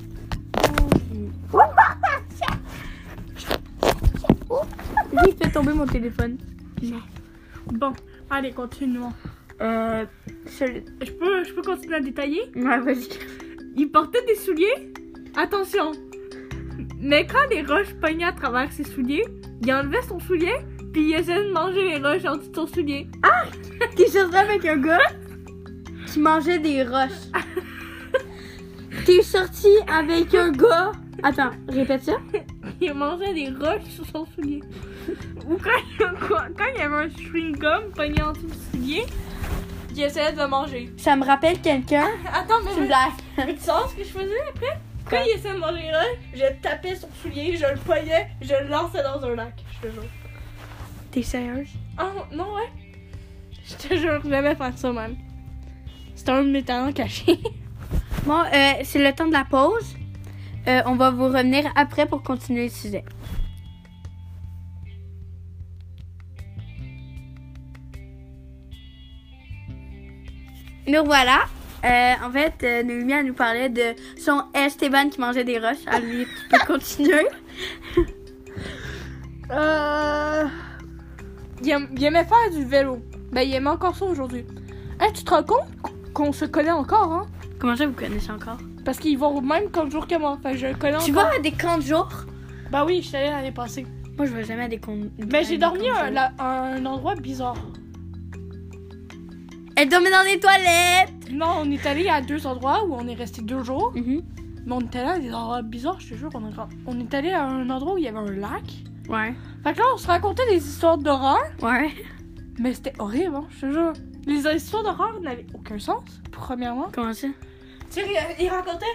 Speaker 1: J'ai fait tomber mon téléphone.
Speaker 2: Bon, allez, continuons.
Speaker 1: Euh.
Speaker 2: Je peux, je peux continuer à détailler
Speaker 1: Ouais, vas-y. <laughs>
Speaker 2: Il portait des souliers Attention Mais quand les roches pognaient à travers ses souliers, il enlevait son soulier, puis il essayait de manger les roches en dessous de son soulier.
Speaker 1: T'es sorti avec un gars qui mangeait des <laughs> roches. T'es sorti avec un gars. Attends, répète ça.
Speaker 2: Il mangeait des roches sur son <laughs> soulier. Ou quand, quand il y avait un chewing-gum pogné en dessous du soulier, il essayait de le manger.
Speaker 1: Ça me rappelle quelqu'un.
Speaker 2: Attends, mais
Speaker 1: C'est <laughs> une blague.
Speaker 2: Mais tu sais ce que je faisais après? Quand
Speaker 1: Quoi?
Speaker 2: il essayait de manger là, je tapais son soulier, je le poignais, je le lançais dans un lac, je te jure.
Speaker 1: T'es sérieuse?
Speaker 2: Ah non, non, ouais? Je te jure, jamais faire ça, man. C'était un de mes talents cachés.
Speaker 1: Bon, euh, c'est le temps de la pause. Euh, on va vous revenir après pour continuer le sujet. Nous voilà. Euh, en fait, euh, Noémie, elle nous parlait de son Esteban qui mangeait des roches. Ah, lui, tu peux continuer.
Speaker 2: Euh. Il, aim- il aimait faire du vélo. Ben, il Eh, aimait encore ça aujourd'hui. Hey, tu te rends compte qu'on se connaît encore, hein?
Speaker 1: Comment ça, vous connaissez encore?
Speaker 2: Parce qu'ils vont au même camp de jour que moi. Fait que je le connais
Speaker 1: Tu
Speaker 2: encore.
Speaker 1: vas à des camps de jour?
Speaker 2: Bah oui, je suis allée l'année passée.
Speaker 1: Moi, je vais jamais à des camps
Speaker 2: Mais j'ai dormi à un, la- un endroit bizarre.
Speaker 1: Elle dormait dans les toilettes!
Speaker 2: Non, on est allé à deux endroits où on est resté deux jours. Mais on était là à des endroits bizarres, je te jure. On, est- on est allé à un endroit où il y avait un lac.
Speaker 1: Ouais.
Speaker 2: Fait que là, on se racontait des histoires d'horreur.
Speaker 1: Ouais.
Speaker 2: Mais c'était horrible, hein, je te jure. Les histoires d'horreur n'avaient aucun sens, premièrement.
Speaker 1: Comment ça?
Speaker 2: Tu sais, il- il racontait,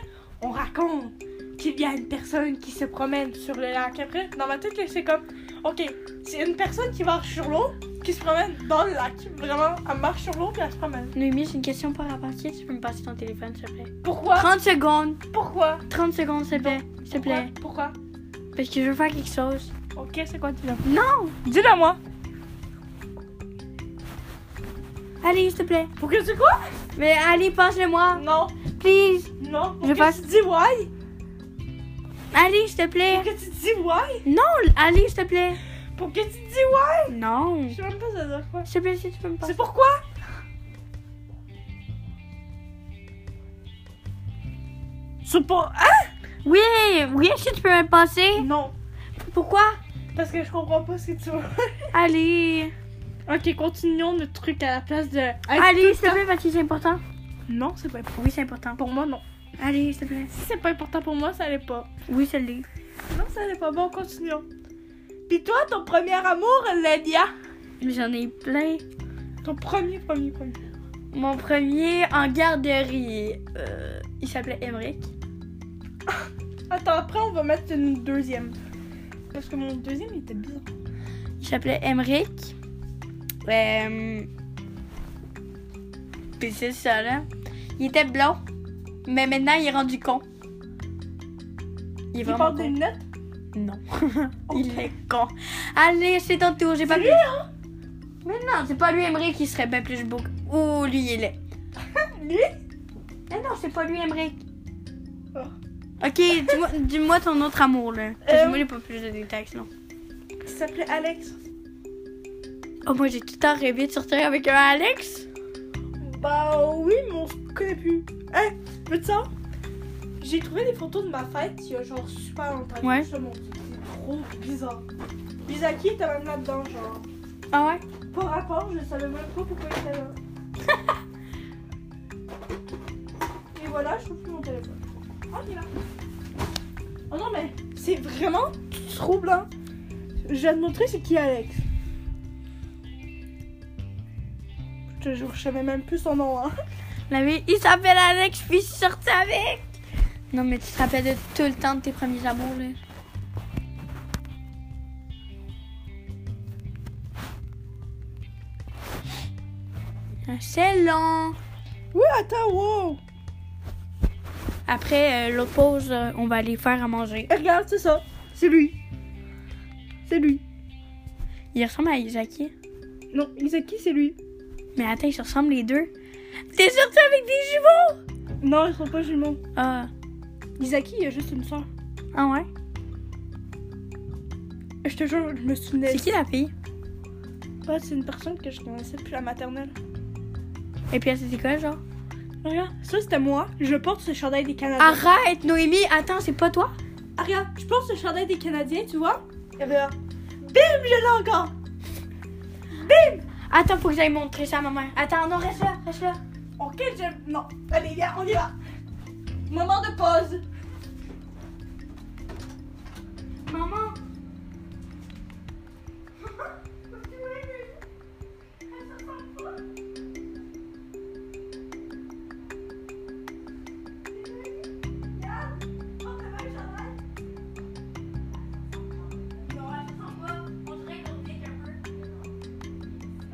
Speaker 2: on raconte qu'il y a une personne qui se promène sur le lac. Après, dans ma tête, c'est comme, ok, c'est une personne qui marche sur l'eau, qui se promène dans le lac. Vraiment, elle marche sur l'eau, puis elle se promène.
Speaker 1: Noémie, j'ai une question par rapport à qui. Tu peux me passer ton téléphone, s'il te plaît?
Speaker 2: Pourquoi
Speaker 1: 30 secondes!
Speaker 2: Pourquoi
Speaker 1: 30 secondes, s'il te plaît. S'il te
Speaker 2: Pourquoi
Speaker 1: plaît.
Speaker 2: Pourquoi
Speaker 1: Parce que je veux faire quelque chose.
Speaker 2: Ok, c'est quoi, dis-le
Speaker 1: Non!
Speaker 2: Dis-le moi
Speaker 1: Allez, s'il te plaît.
Speaker 2: Pour que tu quoi
Speaker 1: Mais allez, passe-le-moi.
Speaker 2: Non,
Speaker 1: Please.
Speaker 2: non, pour
Speaker 1: Je
Speaker 2: que
Speaker 1: passe.
Speaker 2: tu dis why
Speaker 1: Allez, s'il te plaît.
Speaker 2: Pour que tu dis why
Speaker 1: Non, allez, s'il te plaît.
Speaker 2: Pour que tu dis why
Speaker 1: Non.
Speaker 2: Je sais même pas ça veut dire quoi.
Speaker 1: S'il te plaît, si tu peux me
Speaker 2: C'est
Speaker 1: passer.
Speaker 2: pourquoi C'est pour... Ah
Speaker 1: Oui, oui, si tu peux me le passer.
Speaker 2: Non,
Speaker 1: Pourquoi?
Speaker 2: parce que je comprends pas ce que tu veux.
Speaker 1: Allez.
Speaker 2: Ok, continuons notre truc à la place de...
Speaker 1: Allez, s'il te plaît, parce que c'est important.
Speaker 2: Non, c'est pas important.
Speaker 1: Oui, c'est important.
Speaker 2: Pour moi, non.
Speaker 1: Allez, s'il te plaît.
Speaker 2: Si c'est pas important pour moi, ça l'est pas.
Speaker 1: Oui, ça l'est.
Speaker 2: Non, ça l'est pas. Bon, continuons. Pis toi, ton premier amour, Lydia
Speaker 1: Mais J'en ai plein.
Speaker 2: Ton premier, premier, premier.
Speaker 1: Mon premier en garderie, euh, il s'appelait Emmerich.
Speaker 2: Attends, après, on va mettre une deuxième. Parce que mon deuxième, il était bizarre.
Speaker 1: Il s'appelait Emmerich. Euh... Puis c'est ça, là. Il était blond, mais maintenant il est rendu con. Il est
Speaker 2: Il
Speaker 1: vraiment
Speaker 2: porte des
Speaker 1: con.
Speaker 2: lunettes.
Speaker 1: <laughs> Non.
Speaker 2: Ok.
Speaker 1: Il est con. Allez, c'est hein? ton tour, j'ai pas
Speaker 2: C'est
Speaker 1: pu.
Speaker 2: lui,
Speaker 1: Mais non, c'est pas lui, Emmerich, il serait bien plus beau. que- Oh, lui, il est <laughs> laid.
Speaker 2: Lui
Speaker 1: Mais Eh non, c'est pas lui, Emmerich.
Speaker 2: Oh.
Speaker 1: Ok, dis-moi- dis-moi ton autre amour, là. Parce que moi, j'ai pas plus de détails, non.
Speaker 2: Il s'appelait Alex.
Speaker 1: Oh, moi, j'ai tout le temps rêvé de sortir avec un Alex.
Speaker 2: Bah oui, mais on se connaît plus. Hein, veux-tu ça J'ai trouvé des photos de ma fête il y a genre super longtemps.
Speaker 1: Ouais.
Speaker 2: Je te montre. C'est trop bizarre. Isaki était même là-dedans, genre.
Speaker 1: Ah ouais?
Speaker 2: Par rapport, je savais même pas pourquoi il était là. <laughs> Et voilà, je trouve plus mon téléphone. Ah, il est là. Oh non, mais c'est vraiment troublant. Je vais te montrer c'est qui Alex. Je te jure, je savais même plus son nom, hein.
Speaker 1: La vie, il s'appelle Alex, puis je suis sortie avec. Non, mais tu te rappelles de tout le temps de tes premiers amours, là. Ah, C'est long.
Speaker 2: Oui, attends, wow!
Speaker 1: Après euh, l'autre pause, euh, on va aller faire à manger.
Speaker 2: Et Eh, regarde, c'est ça. C'est lui. C'est lui.
Speaker 1: Il ressemble à Isaki.
Speaker 2: Non, Isaki, c'est lui.
Speaker 1: Mais attends, ils se ressemblent les deux. T'es sortie avec des jumeaux?
Speaker 2: Non, ils sont pas jumeaux.
Speaker 1: Ah,
Speaker 2: Isaki, il a juste une soeur.
Speaker 1: ah ouais?
Speaker 2: Je te jure, je me souvenais.
Speaker 1: C'est qui la fille?
Speaker 2: Ouais, c'est une personne que je connaissais depuis la maternelle.
Speaker 1: Et puis elle c'était quoi, genre?
Speaker 2: Regarde, ça c'était moi. Je porte ce chandail des Canadiens.
Speaker 1: Arrête, Noémie! Attends, c'est pas toi?
Speaker 2: Ah, regarde, je porte ce chandail des Canadiens, tu vois? Et regarde. Bim, je l'ai encore!
Speaker 1: Attends, faut que j'aille montrer ça à ma mère. Attends, non, reste là, reste là.
Speaker 2: Ok, je. Non. Allez, viens, on y va. Moment de pause.
Speaker 1: Maman!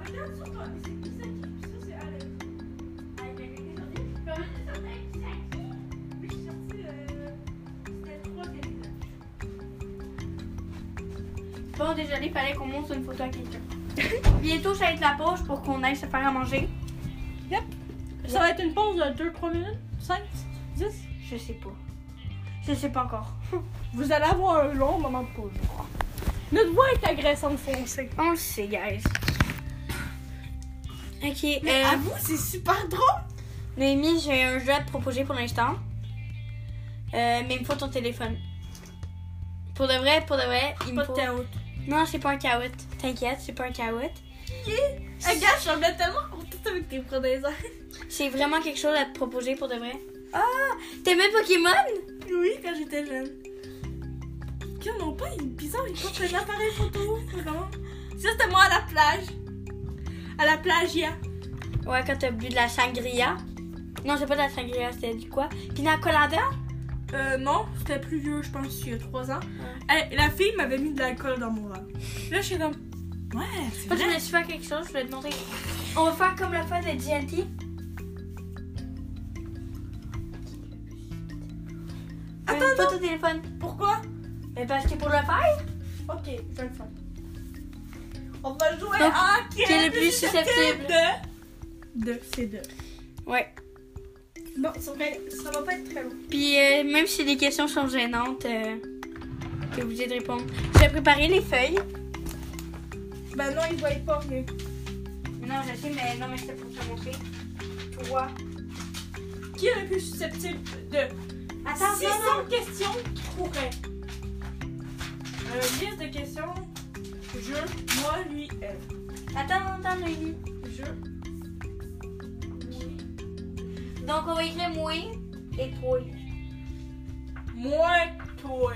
Speaker 2: Regarde sur toi, c'est Isaki. Ça, c'est Alex. Lui, je suis sortie, euh, c'était trois Canadiens.
Speaker 1: Bon, désolé, fallait qu'on montre une photo à quelqu'un. Bientôt, ça va être la pause pour qu'on aille se faire à manger.
Speaker 2: Ça va être une pause de 2-3 minutes 5 10
Speaker 1: Je sais pas. Je sais pas encore.
Speaker 2: Vous allez avoir un long moment de pause. Notre voix est agressante foncée.
Speaker 1: On le sait, guys. Ok, euh,
Speaker 2: c'est super drôle.
Speaker 1: Noémie, j'ai un jeu à te proposer pour l'instant. Euh, mais il me faut ton téléphone. Pour de vrai, pour de vrai, il me
Speaker 2: Pas de
Speaker 1: faut.
Speaker 2: caout.
Speaker 1: Non, c'est pas un caout. T'inquiète, c'est pas un caout.
Speaker 2: Regarde, je suis tellement contente avec tes prodaisons.
Speaker 1: C'est vraiment quelque chose à te proposer pour de vrai. Ah, t'aimais Pokémon?
Speaker 2: Oui, quand j'étais jeune. Tiens, non, pas, il est bizarre, il porte un appareil photo. Vraiment. Ça, c'était moi à la plage. À la plage, il y a.
Speaker 1: Ouais, quand t'as bu de la sangria. Non, c'est pas de la sangria, c'était du quoi? Pina colada?
Speaker 2: Euh, non, c'était plus vieux, je pense, il y a 3 ans. Elle- la fille m'avait mis de l'alcool dans mon verre. Là, je suis comme. Ouais, c'est
Speaker 1: Moi, je
Speaker 2: vrai.
Speaker 1: voulais faire quelque chose, je voulais te montrer. On va faire comme la fois de GLT.
Speaker 2: Attends,
Speaker 1: Attends, pas ton téléphone.
Speaker 2: Pourquoi
Speaker 1: Mais parce que pour le faire,
Speaker 2: Ok, je vais le faire. On va jouer
Speaker 1: Donc,
Speaker 2: à qui
Speaker 1: qui est le plus susceptible?
Speaker 2: de. De, c'est deux.
Speaker 1: Ouais.
Speaker 2: Bon, ça va- ça va pas être très long.
Speaker 1: Puis euh, même si les questions sont gênantes, euh, t'es obligé de répondre. J'ai préparé les feuilles.
Speaker 2: Bah non, ils voient pas mieux.
Speaker 1: Non, je sais, mais non, mais c'était pour te montrer. Toi.
Speaker 2: Qui est le plus susceptible de
Speaker 1: Attends, non,
Speaker 2: 600
Speaker 1: non.
Speaker 2: questions trouverait Euh, liste de questions. Je, moi, lui, elle.
Speaker 1: Attends, attends, Noémie.
Speaker 2: Je.
Speaker 1: Donc, on va écrire moi et toi.
Speaker 2: Moi, toi.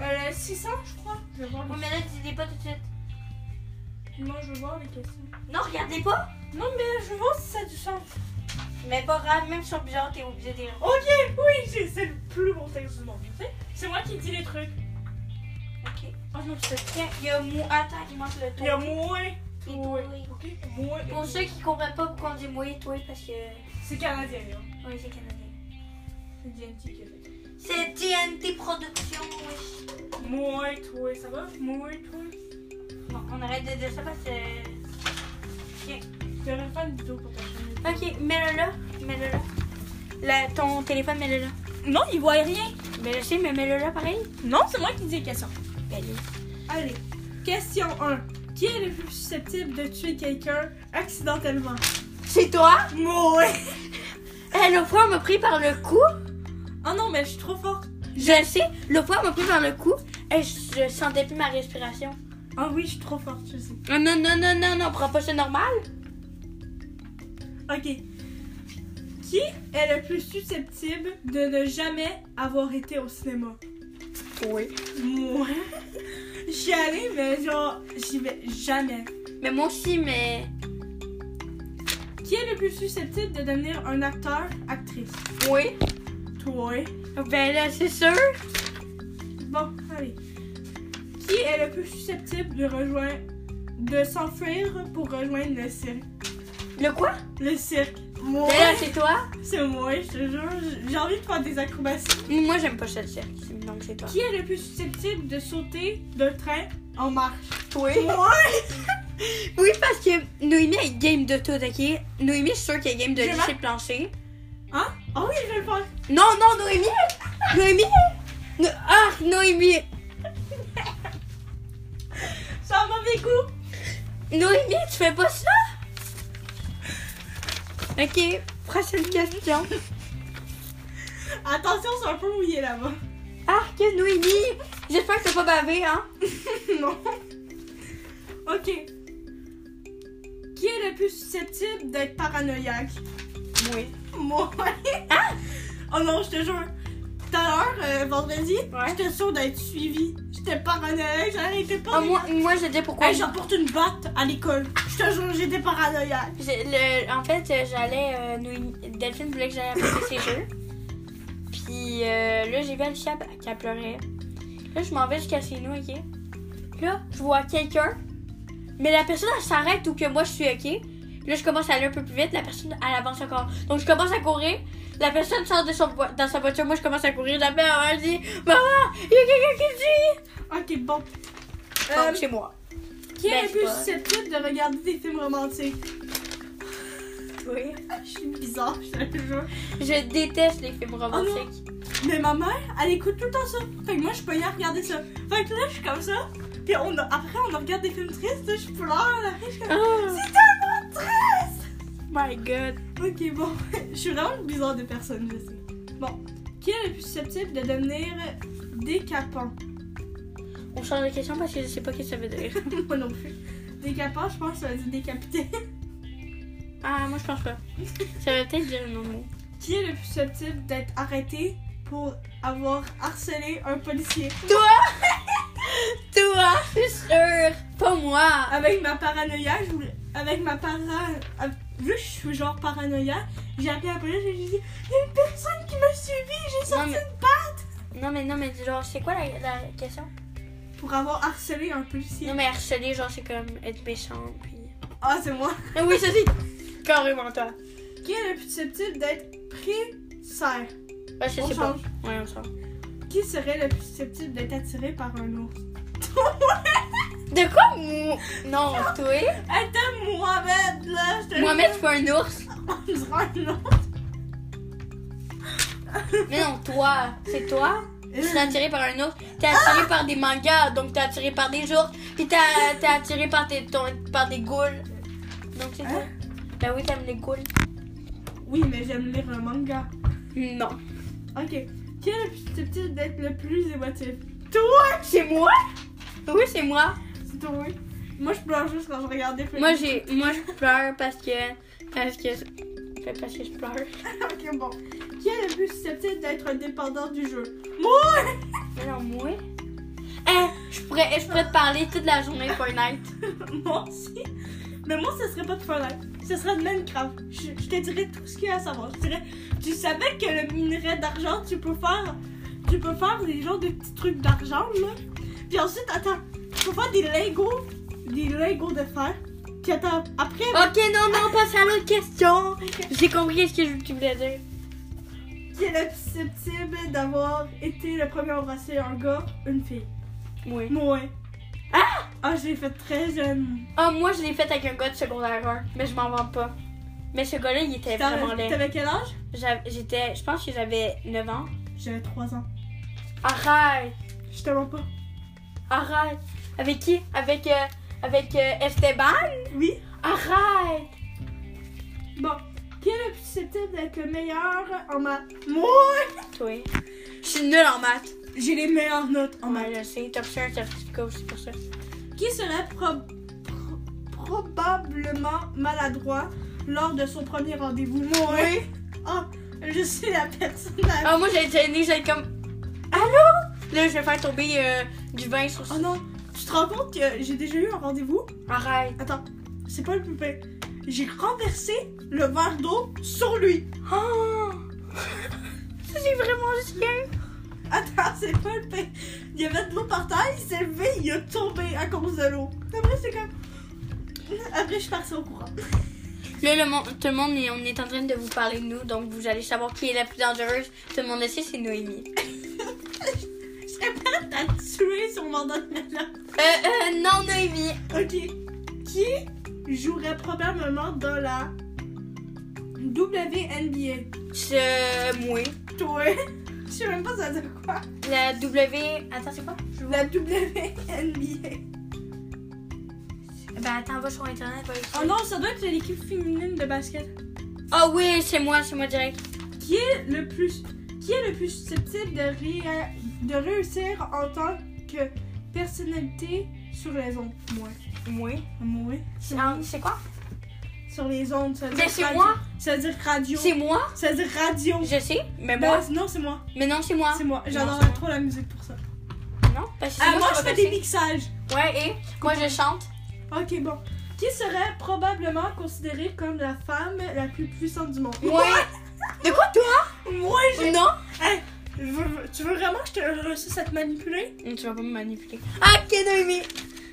Speaker 2: Euh, 600, je crois. Je vais voir.
Speaker 1: Oui, mais là, tu dis pas tout de suite.
Speaker 2: les- Non, je vais voir les questions.
Speaker 1: Non, regardez pas.
Speaker 2: Non, mais je vais voir si ça a du sens. <laughs>
Speaker 1: Mais pas grave, même sur plusieurs, t'es obligé de les répondre.
Speaker 2: Ok, oui, j'ai- c'est le plus bon texte du monde. tu sais. C'est moi qui dis les trucs.
Speaker 1: Ok.
Speaker 2: Oh non, je te
Speaker 1: Tiens, il y a moi. Attends, il manque le
Speaker 2: Il y a
Speaker 1: toi.
Speaker 2: moi,
Speaker 1: Et
Speaker 2: toi.
Speaker 1: toi.
Speaker 2: Ok, moi. et
Speaker 1: Pour
Speaker 2: toi.
Speaker 1: ceux qui comprennent pas pourquoi on dit moi et toi, parce que.
Speaker 2: C'est canadien, là.
Speaker 1: Oui, c'est canadien.
Speaker 2: C'est GNT Québec.
Speaker 1: C'est TNT Productions. oui.
Speaker 2: Moi, toi, ça va? Moi, toi.
Speaker 1: Bon, on arrête de dire ça parce que.
Speaker 2: Je devrais faire une vidéo pour ta chaîne. YouTube.
Speaker 1: Ok, mets-le là. Mets-le là. Là, ton téléphone, mets-le là.
Speaker 2: Non, ils voient rien.
Speaker 1: Mais je sais, mais mets-le là pareil. Ben,
Speaker 2: Non, c'est moi qui dis les questions.
Speaker 1: Allez.
Speaker 2: Allez, question 1. Qui est le plus susceptible de tuer quelqu'un accidentellement?
Speaker 1: C'est toi?
Speaker 2: Moi.
Speaker 1: Eh, le poids m'a pris par le cou.
Speaker 2: Oh non, mais je suis trop forte.
Speaker 1: Je sais, le poids m'a pris par le cou. Et je, je sentais plus ma respiration.
Speaker 2: Ah oui, je suis trop forte, je sais.
Speaker 1: Non, non, non, non, non, non, prends pas ça normal.
Speaker 2: Ok. Qui est le plus susceptible de ne jamais avoir été au cinéma?
Speaker 1: Oui.
Speaker 2: Moi. J'y allais, mais genre, j'y vais jamais.
Speaker 1: Mais moi aussi, mais.
Speaker 2: Qui est le plus susceptible de devenir un acteur, actrice?
Speaker 1: Oui.
Speaker 2: Toi.
Speaker 1: Ben là, c'est sûr.
Speaker 2: Bon, allez. Qui est le plus susceptible de rejoindre. de s'enfuir pour rejoindre le cirque?
Speaker 1: Le quoi?
Speaker 2: Le cirque. Moi.
Speaker 1: Ben là, c'est toi.
Speaker 2: C'est moi, je te jure. J'ai envie de faire des acrobaties.
Speaker 1: Moi, j'aime pas ça, le cirque. Donc, c'est toi.
Speaker 2: Qui est le plus susceptible de sauter d'un train en marche?
Speaker 1: Toi?
Speaker 2: Moi.
Speaker 1: <laughs> Oui, parce que Noémie est game de tout, ok? Noémie, je suis sûre qu'elle est game de
Speaker 2: Je
Speaker 1: lycée
Speaker 2: marche.
Speaker 1: le plancher.
Speaker 2: Hein? Ah oui, je vais le faire.
Speaker 1: Non, non, Noémie! Noémie! No- Ah, Noémie!
Speaker 2: C'est un mauvais coup.
Speaker 1: Noémie, tu fais pas ça? Ok, prochaine question.
Speaker 2: Attention, c'est un peu mouillé là-bas. <laughs>
Speaker 1: Ah, que Noémie! J'espère que t'as pas bavé, hein?
Speaker 2: non. Ok. Qui est le plus susceptible d'être paranoïaque?
Speaker 1: Oui.
Speaker 2: Moi. <laughs>
Speaker 1: Hein?
Speaker 2: oh non, je te jure. Tout à l'heure, euh, vendredi,
Speaker 1: Ouais.
Speaker 2: j'étais sûre d'être suivie. J'étais paranoïaque, j'arrêtais pas.
Speaker 1: Ah, moi, moi, je dis pourquoi.
Speaker 2: Hey, j'apporte une batte à l'école. Je te jure, j'étais paranoïaque.
Speaker 1: J'ai- le- en fait, euh, j'allais. euh, Noémie- Delphine voulait que j'aille apporter ses jeux. Puis euh, là, j'ai vu Alicia p- qu'elle pleurait. Là, je m'en vais jusqu'à chez nous, ok? Là, je vois quelqu'un. Mais la personne, elle s'arrête ou que moi, je suis ok. Là, je commence à aller un peu plus vite. La personne, elle avance encore. Donc, je commence à courir. La personne sort de son vo- dans sa voiture. Moi, je commence à courir. La mère, elle dit Maman, il y a quelqu'un qui me suit!
Speaker 2: Ok, bon. Euh,
Speaker 1: Donc, c'est moi.
Speaker 2: qui
Speaker 1: ben, je
Speaker 2: est le plus
Speaker 1: sais pas.
Speaker 2: susceptible de regarder des films romantiques? Ah,
Speaker 1: Oui.
Speaker 2: Je suis bizarre, je te jure.
Speaker 1: Je déteste les
Speaker 2: Oh
Speaker 1: films romantiques.
Speaker 2: Mais ma mère, elle écoute tout le temps ça. Fait que moi, je peux y regarder ça. Fait que là, je suis comme ça. Puis on a- après, on regarde des films tristes. Je pleure. Après, je suis comme. C'est tellement triste!
Speaker 1: my god.
Speaker 2: <laughs> Ok, bon. je suis vraiment une bizarre de personne, je sais. Bon. Qui est le plus susceptible de devenir décapant <laughs>
Speaker 1: On change de question parce que je sais pas ce que ça veut dire.
Speaker 2: Moi non plus. Décapant, je pense que ça veut dire décapité. <laughs>
Speaker 1: Ah, moi je pense pas. Ça veut peut-être dire non, mais.
Speaker 2: Qui est le plus susceptible d'être arrêté pour avoir harcelé un policier
Speaker 1: Toi, je suis sûre. Pas moi.
Speaker 2: Avec ma paranoïa, je voulais- Avec ma para... av- Vu que je suis genre paranoïa, j'ai appelé la police et j'ai dit « Il y a une personne qui m'a suivi, j'ai
Speaker 1: Non
Speaker 2: sorti
Speaker 1: mais... non, mais non, mais genre, c'est quoi la, la question
Speaker 2: pour avoir harcelé un policier.
Speaker 1: Non, mais harceler, genre, c'est comme être méchant. Puis...
Speaker 2: Ah, c'est moi.
Speaker 1: Ah oui, ça c'est carrément toi.
Speaker 2: Qui est le plus susceptible d'être pris serre
Speaker 1: Ouais, je
Speaker 2: On
Speaker 1: sais pas.
Speaker 2: change.
Speaker 1: Ouais, on change.
Speaker 2: Qui serait le plus susceptible d'être attiré par un ours
Speaker 1: De quoi mou- Non, toi
Speaker 2: Attends, Mohamed, là, je te
Speaker 1: Mohamed, c'est pas un ours.
Speaker 2: le dis, un ours.
Speaker 1: Mais non, toi. C'est toi Tu es <laughs> attiré par un ours. T'es attiré par des mangas, donc t'es attiré par des ours. Puis t'es t'es attiré par, tes, ton- par des ghouls. Donc c'est toi. Ben oui, t'aimes les ghouls.
Speaker 2: Oui, mais j'aime lire un manga.
Speaker 1: Non.
Speaker 2: Ok. Qui est le plus susceptible d'être le plus émotif Toi
Speaker 1: C'est moi Oui, c'est moi.
Speaker 2: C'est toi, oui. Moi, je pleure juste quand je regarde des films.
Speaker 1: Moi, j'ai, moi, je pleure parce que, parce que, fait parce que je pleure.
Speaker 2: Ok, bon. Qui est le plus susceptible d'être dépendant du jeu Moi <laughs>
Speaker 1: Mais non, moi. Hein, je pourrais, je pourrais te parler toute la journée de Fortnite.
Speaker 2: Moi aussi. Mais moi, ce serait pas de Fortnite. Ce serait de Minecraft. Je, je te dirais tout ce qu'il y a à savoir. Je te dirais, tu savais que le minerai d'argent, tu peux faire. Tu peux faire des genres de petits trucs d'argent, là. Puis ensuite, attends, tu peux faire des Legos. Des Legos de fer. Puis attends, après.
Speaker 1: Ok, non, non, passe à l'autre question. J'ai compris ce que tu voulais dire.
Speaker 2: Qui est le plus susceptible d'avoir été le premier à embrasser un gars, une fille
Speaker 1: Oui.
Speaker 2: Moi. Ah Ah, je l'ai fait très jeune.
Speaker 1: Ah, moi, je l'ai fait avec un gars de secondaire 1, mais je m'en vante pas. Mais ce gars-là, il était vraiment
Speaker 2: T'avais
Speaker 1: laid.
Speaker 2: t'avais quel âge
Speaker 1: J'avais- J'étais, je pense que j'avais 9 ans.
Speaker 2: J'avais 3 ans.
Speaker 1: Arrête,
Speaker 2: Je te mens pas.
Speaker 1: arrête. Avec qui Avec, euh, avec euh, Esteban
Speaker 2: Oui
Speaker 1: Arrête.
Speaker 2: Bon, qui est le plus susceptible d'être le meilleur en maths Moi
Speaker 1: Toi. Je suis nulle en maths.
Speaker 2: J'ai les meilleures notes en maths.
Speaker 1: Ouais, je sais. Top 1, top 2, aussi pour ça.
Speaker 2: Qui serait pro- pro- probablement maladroit lors de son premier rendez-vous Moi Ah, je suis la personne à...
Speaker 1: Ah, moi, j'ai été gênée, j'allais comme. Allô? Là, je vais faire tomber euh, du vin sur.
Speaker 2: Oh non, tu te rends compte que j'ai déjà eu un rendez-vous
Speaker 1: Arrête.
Speaker 2: Attends, c'est pas le poupée. J'ai renversé le verre d'eau sur lui.
Speaker 1: Oh! Ça, c'est vraiment rien.
Speaker 2: Attends, c'est pas le pain. Il y avait de l'eau par terre, il s'est levé, il a tombé à cause de l'eau. Après, c'est comme. Après, je suis partie au courant.
Speaker 1: Là, le monde, tout le monde, est- on est en train de vous parler de nous, donc vous allez savoir qui est la plus dangereuse. Tout le monde le sait, c'est Noémie.
Speaker 2: Je serais prête à tuer son mandat de là.
Speaker 1: Euh, euh, non, Noémie.
Speaker 2: Ok. Qui jouerait probablement dans la WNBA
Speaker 1: Je. Moi.
Speaker 2: Toi. Je sais même pas ça veut dire quoi.
Speaker 1: La W. Attends, c'est quoi?
Speaker 2: La WNBA.
Speaker 1: Ben, attends, va sur Internet. va essayer.
Speaker 2: Oh non, ça doit être l'équipe féminine de basket.
Speaker 1: Ah oui, c'est moi, c'est moi direct.
Speaker 2: Qui est le plus, qui est le plus susceptible de, réa- de réussir en tant que personnalité sur les ondes Moi.
Speaker 1: Moi.
Speaker 2: Moi.
Speaker 1: Ah, C'est quoi?
Speaker 2: Sur les ondes, ça veut
Speaker 1: Mais
Speaker 2: dire
Speaker 1: c'est
Speaker 2: radio.
Speaker 1: moi.
Speaker 2: Ça veut dire radio.
Speaker 1: C'est moi?
Speaker 2: Ça veut dire radio.
Speaker 1: Je sais. Mais
Speaker 2: Non,
Speaker 1: moi.
Speaker 2: c'est- Non, c'est moi.
Speaker 1: Mais non, c'est moi.
Speaker 2: C'est moi.
Speaker 1: Non,
Speaker 2: J'adore
Speaker 1: c'est moi.
Speaker 2: trop la musique pour ça.
Speaker 1: Non, parce que
Speaker 2: Ah,
Speaker 1: c'est
Speaker 2: moi,
Speaker 1: qui
Speaker 2: je
Speaker 1: va
Speaker 2: fais des
Speaker 1: passer.
Speaker 2: mixages.
Speaker 1: Ouais, et moi je chante.
Speaker 2: Ok, bon. Qui serait probablement considérée comme la femme la plus puissante du monde
Speaker 1: Moi. De quoi toi
Speaker 2: Moi, j'ai.
Speaker 1: Non
Speaker 2: Je veux- Tu veux vraiment que je te réussisse à te manipuler
Speaker 1: Tu vas pas me manipuler. Ah, ok, Noémie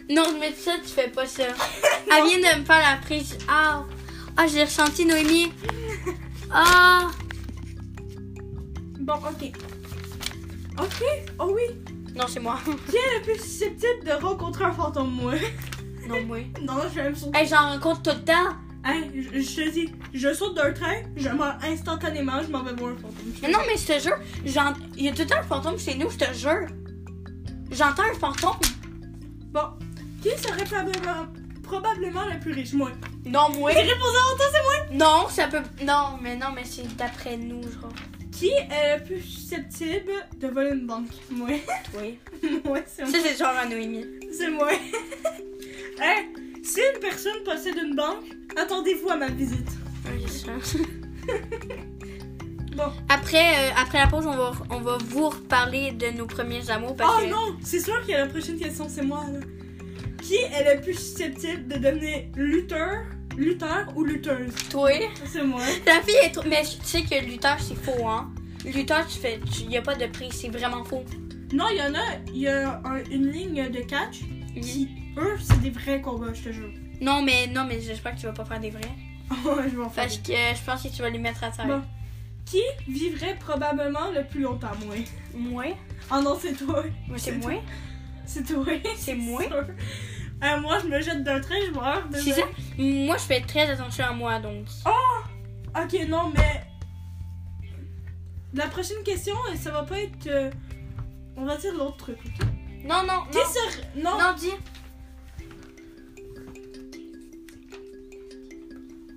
Speaker 1: Non, mais ça, tu fais pas
Speaker 2: <laughs>
Speaker 1: ça. Elle vient de me faire la prise. Ah, ah je l'ai ressenti, Noémie. Ah,
Speaker 2: Bon, ok. Ok, oh oui.
Speaker 1: non, c'est moi.
Speaker 2: Qui est le plus susceptible de rencontrer un fantôme, moi? <laughs>
Speaker 1: Non, moi.
Speaker 2: Non, je vais me sauter.
Speaker 1: Hey, j'en rencontre tout le temps.
Speaker 2: Hein, je, je te dis, je saute d'un train, je meurs instantanément, je m'en vais voir un fantôme.
Speaker 1: Mais non, mais je te jure, j'en- il y a tout le temps un fantôme chez nous, je te jure. J'entends un fantôme.
Speaker 2: Bon, qui serait probablement, probablement le plus riche, moi?
Speaker 1: Non, moi.
Speaker 2: J'ai répondu en toi, c'est moi!
Speaker 1: Non, ça peut. Non, mais non, mais c'est d'après nous, genre.
Speaker 2: Qui est le plus susceptible de voler une banque Moi. <laughs>
Speaker 1: Oui.
Speaker 2: Moi, c'est
Speaker 1: Ça, c'est genre à Noémie.
Speaker 2: C'est moi. <laughs> hein? Si une personne possède une banque, attendez-vous à ma visite.
Speaker 1: <laughs>
Speaker 2: Bon.
Speaker 1: Après, euh, après la pause, on va, on va vous reparler de nos premiers amours. Parce
Speaker 2: Oh
Speaker 1: que...
Speaker 2: non, c'est sûr que la prochaine question, c'est moi. là. Qui est le plus susceptible de devenir lutteur, lutteur ou lutteuse
Speaker 1: Toi,
Speaker 2: C'est moi.
Speaker 1: la fille est trop. Mais tu sais que lutteur, c'est faux, hein? Lutteur, tu fais. Il n'y a pas de prix, c'est vraiment faux.
Speaker 2: Non, il y en a, il y a un- une ligne de catch qui, eux, c'est des vrais combats, je te jure. <laughs>
Speaker 1: Non, mais non, mais j'espère que tu vas pas faire des vrais.
Speaker 2: Oh, je m'en fous.
Speaker 1: Parce que euh, je pense que tu vas les mettre à terre.
Speaker 2: Bon. Qui vivrait probablement le plus longtemps, moi
Speaker 1: Moi?
Speaker 2: Oh non, c'est toi.
Speaker 1: Moi, c'est
Speaker 2: C'est
Speaker 1: moi?
Speaker 2: <laughs> C'est toi.
Speaker 1: C'est moi?
Speaker 2: sûr. Euh, moi, je me jette d'un train, je meurs.
Speaker 1: C'est ça? Moi, je fais très attention à moi, donc.
Speaker 2: Ok, non, mais. La prochaine question, euh, ça va pas être. euh, On va dire l'autre truc. ok?
Speaker 1: Non, non,
Speaker 2: Qui
Speaker 1: non.
Speaker 2: serait. Non,
Speaker 1: Non, dis.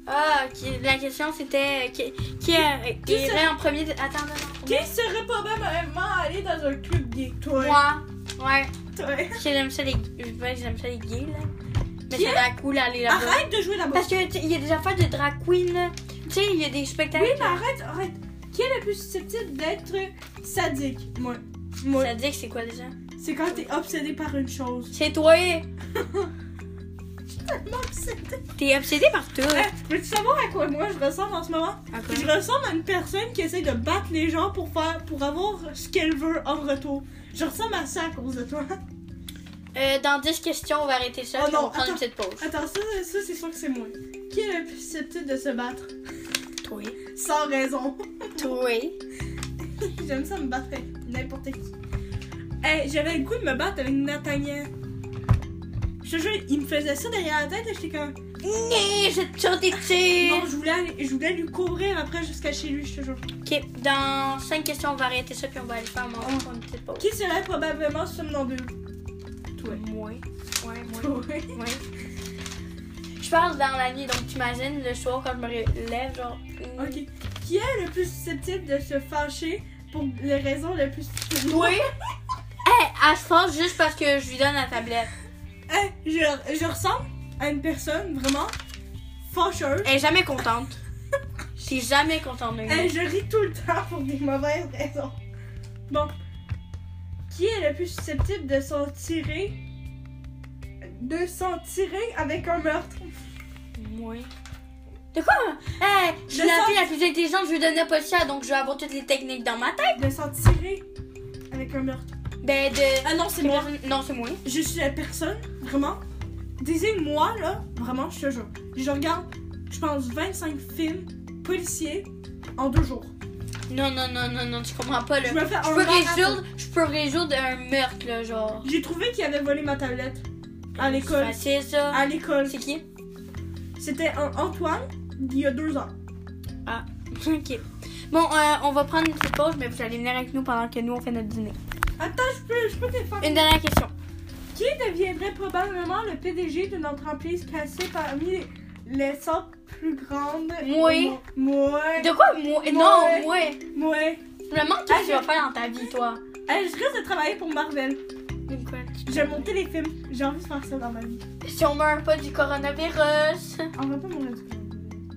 Speaker 1: Ah, qui- la question c'était euh, qui, qui, euh, qui
Speaker 2: Qui
Speaker 1: irait en premier. Attends, attends, attends.
Speaker 2: qui serait probablement allé dans un club gay Toi.
Speaker 1: Moi. Ouais.
Speaker 2: Toi.
Speaker 1: Parce que j'aime ça les. Je veux pas que j'aime ça les gays là. Mais
Speaker 2: Qui?
Speaker 1: c'est la cool aller là-bas.
Speaker 2: Arrête de jouer là-bas.
Speaker 1: Parce que tu- il y a des affaires de drag queen là. Tu sais, il y a des spectacles.
Speaker 2: Oui, mais arrête, arrête. Qui est le plus susceptible d'être sadique Moi. Moi.
Speaker 1: Ça dit que c'est quoi déjà?
Speaker 2: C'est quand t'es obsédé par une chose.
Speaker 1: C'est
Speaker 2: <laughs>
Speaker 1: toi!
Speaker 2: Non, c'est.
Speaker 1: T'es obsédé Ah, par tout!
Speaker 2: Hey, Eh, Veux-tu savoir à quoi moi je ressemble en ce moment Je ressemble à une personne qui essaie de battre les gens pour faire, pour avoir ce qu'elle veut en retour. Je ressemble à ça à cause de toi.
Speaker 1: Euh, dans 10 questions, on va arrêter ça.
Speaker 2: Oh
Speaker 1: puis
Speaker 2: non,
Speaker 1: on va prendre une
Speaker 2: attends.
Speaker 1: petite pause.
Speaker 2: Attends, ça, ça c'est sûr que c'est moi. Qui est le plus susceptible de se battre
Speaker 1: Toi.
Speaker 2: Sans raison. <laughs>
Speaker 1: Toi.
Speaker 2: J'aime ça me battre avec n'importe qui. Hey, j'avais le goût de me battre avec Nathaniel. Je te jure, il me faisait ça derrière la tête et j'étais comme.
Speaker 1: Né, je te tire des tirs.
Speaker 2: Non, je voulais, aller- je voulais lui courir après jusqu'à chez lui, je te jure.
Speaker 1: Ok, dans 5 questions, on va arrêter ça puis on va aller faire mon
Speaker 2: Oh.
Speaker 1: prendre une petite pause.
Speaker 2: Qui serait probablement <laughs> somnambule Toi.
Speaker 1: Moi. Ouais, moi.
Speaker 2: Toi.
Speaker 1: Ouais. Je parle dans la nuit, donc t'imagines le soir quand je me relève, genre. euh,
Speaker 2: Ok. Qui est le plus susceptible de se fâcher pour les raisons les plus stupides? <laughs>
Speaker 1: Toi. Hey, elle se force juste parce que je lui donne la tablette.
Speaker 2: Hey, je, je ressemble à une personne vraiment fâcheuse.
Speaker 1: Elle est jamais
Speaker 2: <laughs>
Speaker 1: contente. Je suis jamais contente de lui.
Speaker 2: Hey, Eh, je ris tout le temps pour des mauvaises raisons. Bon. Qui est le plus susceptible de s'en tirer de s'en tirer avec un meurtre?
Speaker 1: Moi. De quoi? Hey, je suis
Speaker 2: De
Speaker 1: la
Speaker 2: ça.
Speaker 1: fille la plus intelligente, je lui donnais pas le chat, donc je vais avoir toutes les techniques dans ma tête.
Speaker 2: De s'en tirer avec un meurtre.
Speaker 1: Ben, de.
Speaker 2: Ah non, c'est moi.
Speaker 1: personne- Non, c'est moi.
Speaker 2: Je suis la personne, vraiment. Désigne-moi, là, vraiment, je te jure. Je regarde, je pense, 25 films policiers en deux jours.
Speaker 1: Non, non, non, non, non, tu comprends pas, là.
Speaker 2: Je me fais
Speaker 1: Je
Speaker 2: un
Speaker 1: peux
Speaker 2: marathon.
Speaker 1: résoudre, je peux résoudre un meurtre, là, genre.
Speaker 2: J'ai trouvé qu'il avait volé ma tablette à l'école.
Speaker 1: C'est facile, ça.
Speaker 2: À l'école.
Speaker 1: C'est
Speaker 2: <laughs>
Speaker 1: qui?
Speaker 2: C'était un Antoine d'il y a deux ans.
Speaker 1: ok. Bon, euh, on va prendre une petite pause, mais vous allez venir avec nous pendant que nous, on fait notre dîner.
Speaker 2: Attends, je peux, je peux te faire.
Speaker 1: Une dernière question.
Speaker 2: Qui deviendrait probablement le PDG de notre entreprise classée parmi les 100 plus grandes
Speaker 1: Moi.
Speaker 2: Moi.
Speaker 1: De quoi, moi? Non, moi.
Speaker 2: Moi.
Speaker 1: Je me demande qu'est-ce que tu
Speaker 2: Ah,
Speaker 1: vas faire dans ta vie, toi.
Speaker 2: Hey, je risque de travailler pour Marvel.
Speaker 1: Donc, quoi, tu-
Speaker 2: J'ai monté les films. J'ai envie de faire ça dans ma vie.
Speaker 1: Si on meurt pas du coronavirus.
Speaker 2: On va pas mourir du coup.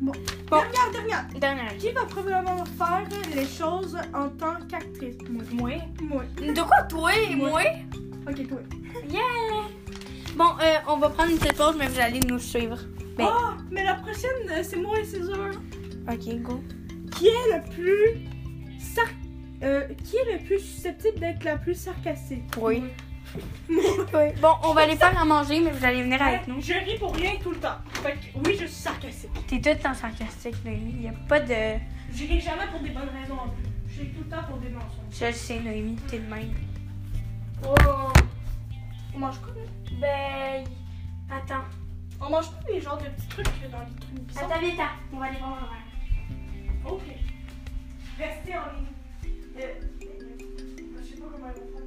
Speaker 2: Bon.
Speaker 1: Bon.
Speaker 2: Dernière, dernière.
Speaker 1: Dernière.
Speaker 2: Qui va probablement faire les choses en tant qu'actrice? Moi.
Speaker 1: Moi.
Speaker 2: Moi.
Speaker 1: De quoi, toi et
Speaker 2: Moi.
Speaker 1: moi?
Speaker 2: Ok, toi.
Speaker 1: Yeah! Bon, euh, on va prendre une petite pause, mais vous allez nous suivre. Ben.
Speaker 2: Oh, mais la prochaine, euh, c'est moi et César.
Speaker 1: Ok, go.
Speaker 2: Qui est le plus sar- euh, qui est le plus susceptible d'être la plus sarcastique?
Speaker 1: <laughs> Oui.
Speaker 2: Moi.
Speaker 1: Bon, on va aller faire à manger, mais vous allez venir
Speaker 2: Hey,
Speaker 1: avec nous.
Speaker 2: Je ris pour rien tout le temps. Fait que oui, je suis sarcastique.
Speaker 1: T'es tout le temps sarcastique, Noémie. Il n'y a pas de.
Speaker 2: Je ris jamais pour des bonnes raisons en plus. Je ris tout le temps pour des mensonges.
Speaker 1: Je le sais, Noémie, t'es de même.
Speaker 2: Oh. On mange quoi, nous?
Speaker 1: Ben. Attends.
Speaker 2: On mange pas les genres de petits trucs euh, dans les trucs bizarres.
Speaker 1: Attends, viens, attends. On va aller voir le verre.
Speaker 2: Ok. Restez en ligne. Euh, euh, je sais pas comment ils vont faire.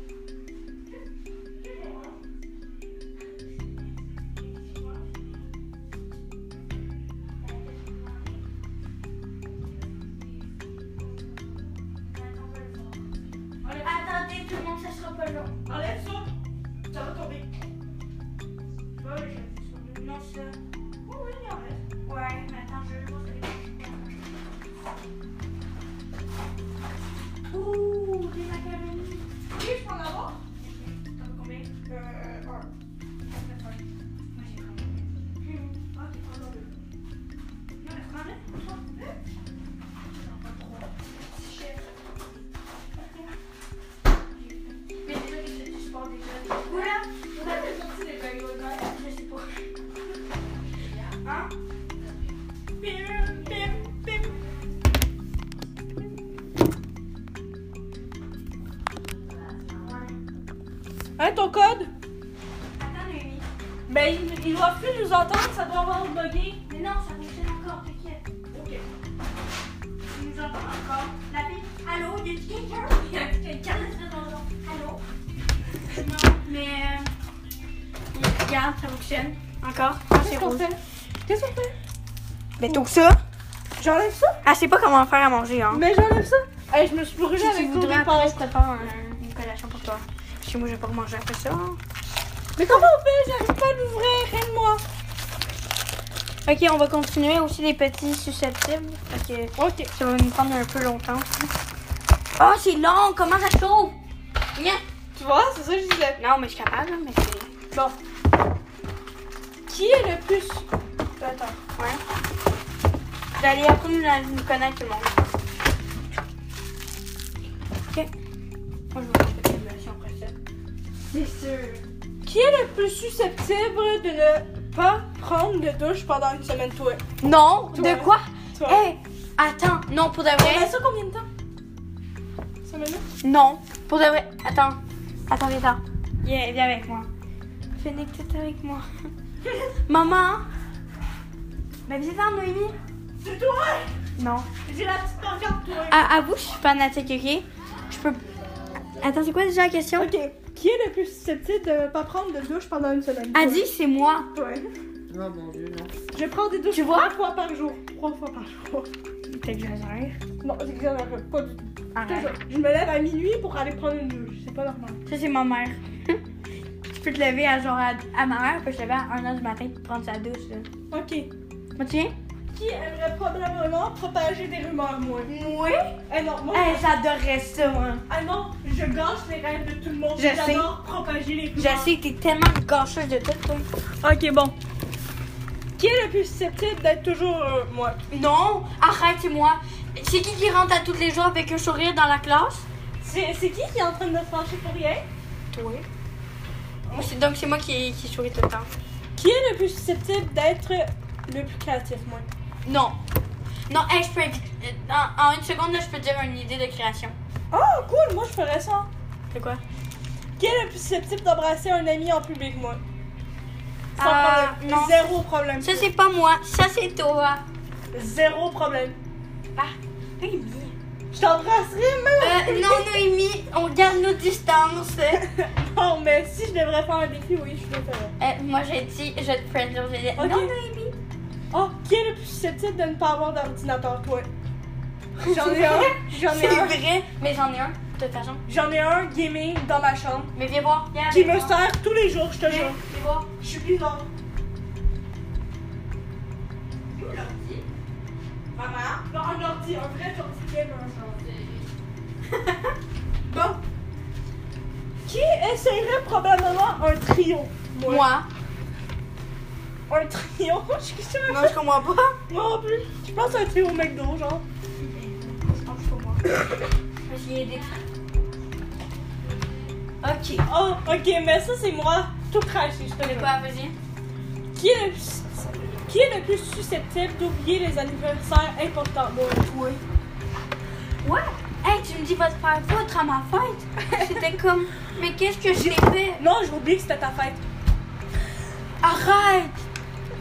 Speaker 2: Attention, enlève ça. Ça va tomber. Ouais, je- Non, ça. Oui, oui, enlève. Ouais, mais attends, je vais le voir. Ouh, des macaronis. Oui, je peux en avoir. T'en veux combien Euh, un. Moi, j'ai pris un. J'ai un. Ah, t'es pas dans le. Non, mais prends-le. Prends. Hein Non, pas trois. Petit chef. Mais déjà que c'est du sport déjà. Oula Pourquoi t'as sorti des bagels Non, Je sais pas. Hein Pim, pim, pim. Hein, ton code
Speaker 1: Attends, Noémie.
Speaker 2: Ben, ils, ils doivent plus nous entendre, ça doit avoir bugué.
Speaker 1: Mais non, ça fonctionne encore, t'inquiète.
Speaker 2: Ok.
Speaker 1: Tu nous entends encore. La fille. Allô, y a-t-il quelqu'un? <laughs> Y a quelqu'un qui dans le Allô? Non, mais. euh, Regarde, ça fonctionne. Encore. Ah, c'est rose.
Speaker 2: Qu'est-ce qu'on fait
Speaker 1: Mais donc ça.
Speaker 2: J'enlève ça
Speaker 1: Ah, je sais pas comment faire à manger, hein.
Speaker 2: Mais j'enlève ça Eh, je me suis brûlée
Speaker 1: Si tu
Speaker 2: avec l'eau
Speaker 1: voudrais,
Speaker 2: des
Speaker 1: après,
Speaker 2: pâtes.
Speaker 1: je prépare un- une collation pour toi. Chez moi, je vais pas manger après ça. hein.
Speaker 2: Mais comment on fait J'arrive pas à l'ouvrir, aide-moi
Speaker 1: Ok, on va continuer aussi les petits susceptibles. Ok.
Speaker 2: Ok.
Speaker 1: Ça va nous prendre un peu longtemps. Ah, c'est long! Comment ça chauffe? Viens!
Speaker 2: Tu vois, c'est ça que je disais.
Speaker 1: Non, mais je suis capable, mais c'est...
Speaker 2: Bon. Qui est le plus. Attends.
Speaker 1: Ouais. J'allais apprendre à nous connaître tout le monde. Ok. Moi, je vais faire une évaluation après ça.
Speaker 2: C'est sûr. Qui est le plus susceptible de ne pas prendre de douche pendant une semaine, toi
Speaker 1: Non!
Speaker 2: Toi.
Speaker 1: De quoi?
Speaker 2: Toi.
Speaker 1: Hé! attends! Non, hein? pour de
Speaker 2: On met
Speaker 1: vrai...
Speaker 2: ça combien de temps Semaine
Speaker 1: Non! Pour de vrai... Attends. Attends, viens, attends. Viens, viens avec moi. Phoenix, t'es avec moi. <laughs> Maman! hein? Mais Bah, viens dans Noémie!
Speaker 2: C'est toi
Speaker 1: Non.
Speaker 2: J'ai la petite pancarte, toi
Speaker 1: À, à vous, je suis fanatique, ok? Je peux... Attends, c'est quoi déjà la question?
Speaker 2: Ok. Qui est le plus susceptible de ne pas prendre de douche pendant une semaine
Speaker 1: A dit, c'est moi.
Speaker 2: Toi.
Speaker 5: Non, Oh, mon dieu, non.
Speaker 2: Je prends des douches
Speaker 1: Tu vois
Speaker 2: trois fois par jour. Trois fois par jour.
Speaker 1: T'exagères.
Speaker 2: Non, j'exagère pas du tout.
Speaker 1: Arrête.
Speaker 2: Toujours. Je me lève à minuit pour aller prendre une douche. C'est pas normal.
Speaker 1: Ça, c'est ma mère. tu peux te lever à genre à, à ma mère, puis je te lever à 1h du matin pour prendre sa douche. Là.
Speaker 2: Ok.
Speaker 1: Moi, tu viens?
Speaker 2: Qui aimerait probablement propager des rumeurs, moi?
Speaker 1: Oui.
Speaker 2: Eh non, moi,
Speaker 1: Hey, j'adorerais ça, moi.
Speaker 2: ah non, je gâche les rêves de tout le monde.
Speaker 1: Je sais.
Speaker 2: J'adore propager les
Speaker 1: Je
Speaker 2: rumeurs.
Speaker 1: sais que t'es tellement une gâcheuse de tout, toi.
Speaker 2: Ok, bon. Qui est le plus susceptible d'être toujours euh, moi?
Speaker 1: Non, arrête, c'est moi. C'est qui qui rentre à tous les jours avec un sourire dans la classe?
Speaker 2: C'est c'est qui qui est en train de me fâcher pour rien?
Speaker 1: Toi. Moi, c'est- donc, c'est moi qui, qui souris tout le temps.
Speaker 2: Qui est le plus susceptible d'être le plus créatif, moi?
Speaker 1: Non. Non, hey, je peux. euh, En, en une seconde, là, je peux te dire une idée de création.
Speaker 2: Oh, cool, moi je ferais ça.
Speaker 1: C'est quoi?
Speaker 2: Qui est le plus susceptible d'embrasser un ami en public, moi? Sans
Speaker 1: Ah,
Speaker 2: problème.
Speaker 1: non.
Speaker 2: Zéro problème.
Speaker 1: Ça, c'est pas moi. Ça, c'est toi.
Speaker 2: Zéro problème. Ah,
Speaker 1: Noémie.
Speaker 2: Je t'embrasserai
Speaker 1: Euh,
Speaker 2: même.
Speaker 1: <laughs> non, Noémie, on garde nos distances.
Speaker 2: Oh, mais si je devrais faire un défi, oui, je le ferais.
Speaker 1: Euh, moi, j'ai dit, je te prends. Je vais dire,
Speaker 2: Ok.
Speaker 1: Non, Noémie.
Speaker 2: Oh, qui est le plus susceptible de ne pas avoir d'ordinateur, toi? J'en ai un. J'en ai
Speaker 1: C'est
Speaker 2: un.
Speaker 1: vrai, mais j'en ai un, de toute façon.
Speaker 2: J'en ai un gaming dans ma chambre
Speaker 1: Mais viens voir. Viens
Speaker 2: qui
Speaker 1: avec
Speaker 2: me
Speaker 1: moi.
Speaker 2: sert tous les jours, je te
Speaker 1: Viens,
Speaker 2: jure.
Speaker 1: viens voir.
Speaker 2: Je suis bizarre. Maman? Non, un ordi, un vrai ordi gamer, genre. bon. Qui essayerait probablement un trio?
Speaker 1: Moi.
Speaker 2: Un trio? <laughs> Je suis sûre.
Speaker 1: Non, je comprends pas.
Speaker 2: Moi non plus. Je pense à un trio McDo, genre.
Speaker 1: Je pense pas moi. Parce qu'il y a des. Ok.
Speaker 2: Oh, ok, mais ça c'est moi. Tout craché, je te
Speaker 1: C'est
Speaker 2: l'ai
Speaker 1: quoi, vas-y?
Speaker 2: Qui est le plus, qui est le plus susceptible d'oublier les anniversaires importants? Moi, toi.
Speaker 1: Ouais. Hey, tu me dis pas de faire foutre à ma <laughs> fête. J'étais comme, mais qu'est-ce que j'ai fait?
Speaker 2: Non, j'ai oublié que c'était ta fête.
Speaker 1: Arrête.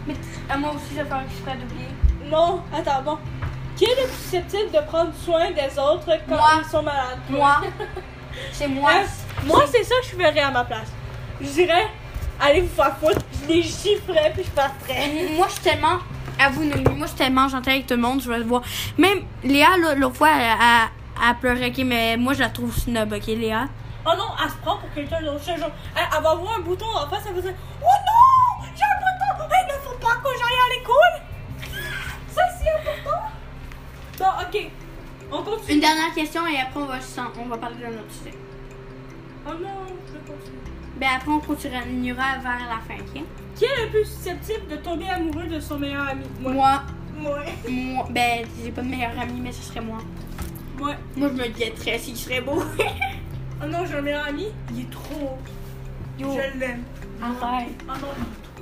Speaker 1: Mais t- euh, moi aussi, je vais faire exprès d'oublier.
Speaker 2: Non, attends, bon. Qui est le plus susceptible de prendre soin des autres quand
Speaker 1: Moi.
Speaker 2: ils sont malades?
Speaker 1: Moi. C'est moi.
Speaker 2: Hein? Moi, c'est ça que je ferais à ma place. Je dirais, allez vous faire foutre, je les chiffrais puis je partirais.
Speaker 1: Et Moi, je suis tellement. À vous, Noémie, moi, je suis tellement gentille avec tout le monde, je vais le voir. Même Léa, là, l'autre fois, elle, elle- elle pleurait, ok, mais moi, je la trouve snob, ok, Léa.
Speaker 2: Oh non, elle se prend pour quelqu'un d'autre. Je te jure. Elle, elle va voir un bouton en face, elle va dire Oh non J'ai un bouton Il ne faut pas que j'aille à l'école Ça, c'est important Bon, ok. On continue.
Speaker 1: Une dernière question et après on va, s'en- on va parler d'un autre sujet.
Speaker 2: Oh non, je continue.
Speaker 1: Ben après on continuera vers la fin, ok?
Speaker 2: Qui est le plus susceptible de tomber amoureux de son meilleur ami Moi.
Speaker 1: Moi,
Speaker 2: Moi.
Speaker 1: moi, ben j'ai pas de meilleur ami, mais ce serait moi.
Speaker 2: Moi.
Speaker 1: Moi je me guetterais s'il serait beau. <laughs>
Speaker 2: Oh non, j'ai un meilleur ami. Il est trop.
Speaker 1: Yo, ah
Speaker 2: Je l'aime.
Speaker 1: arrête.
Speaker 2: Oh non,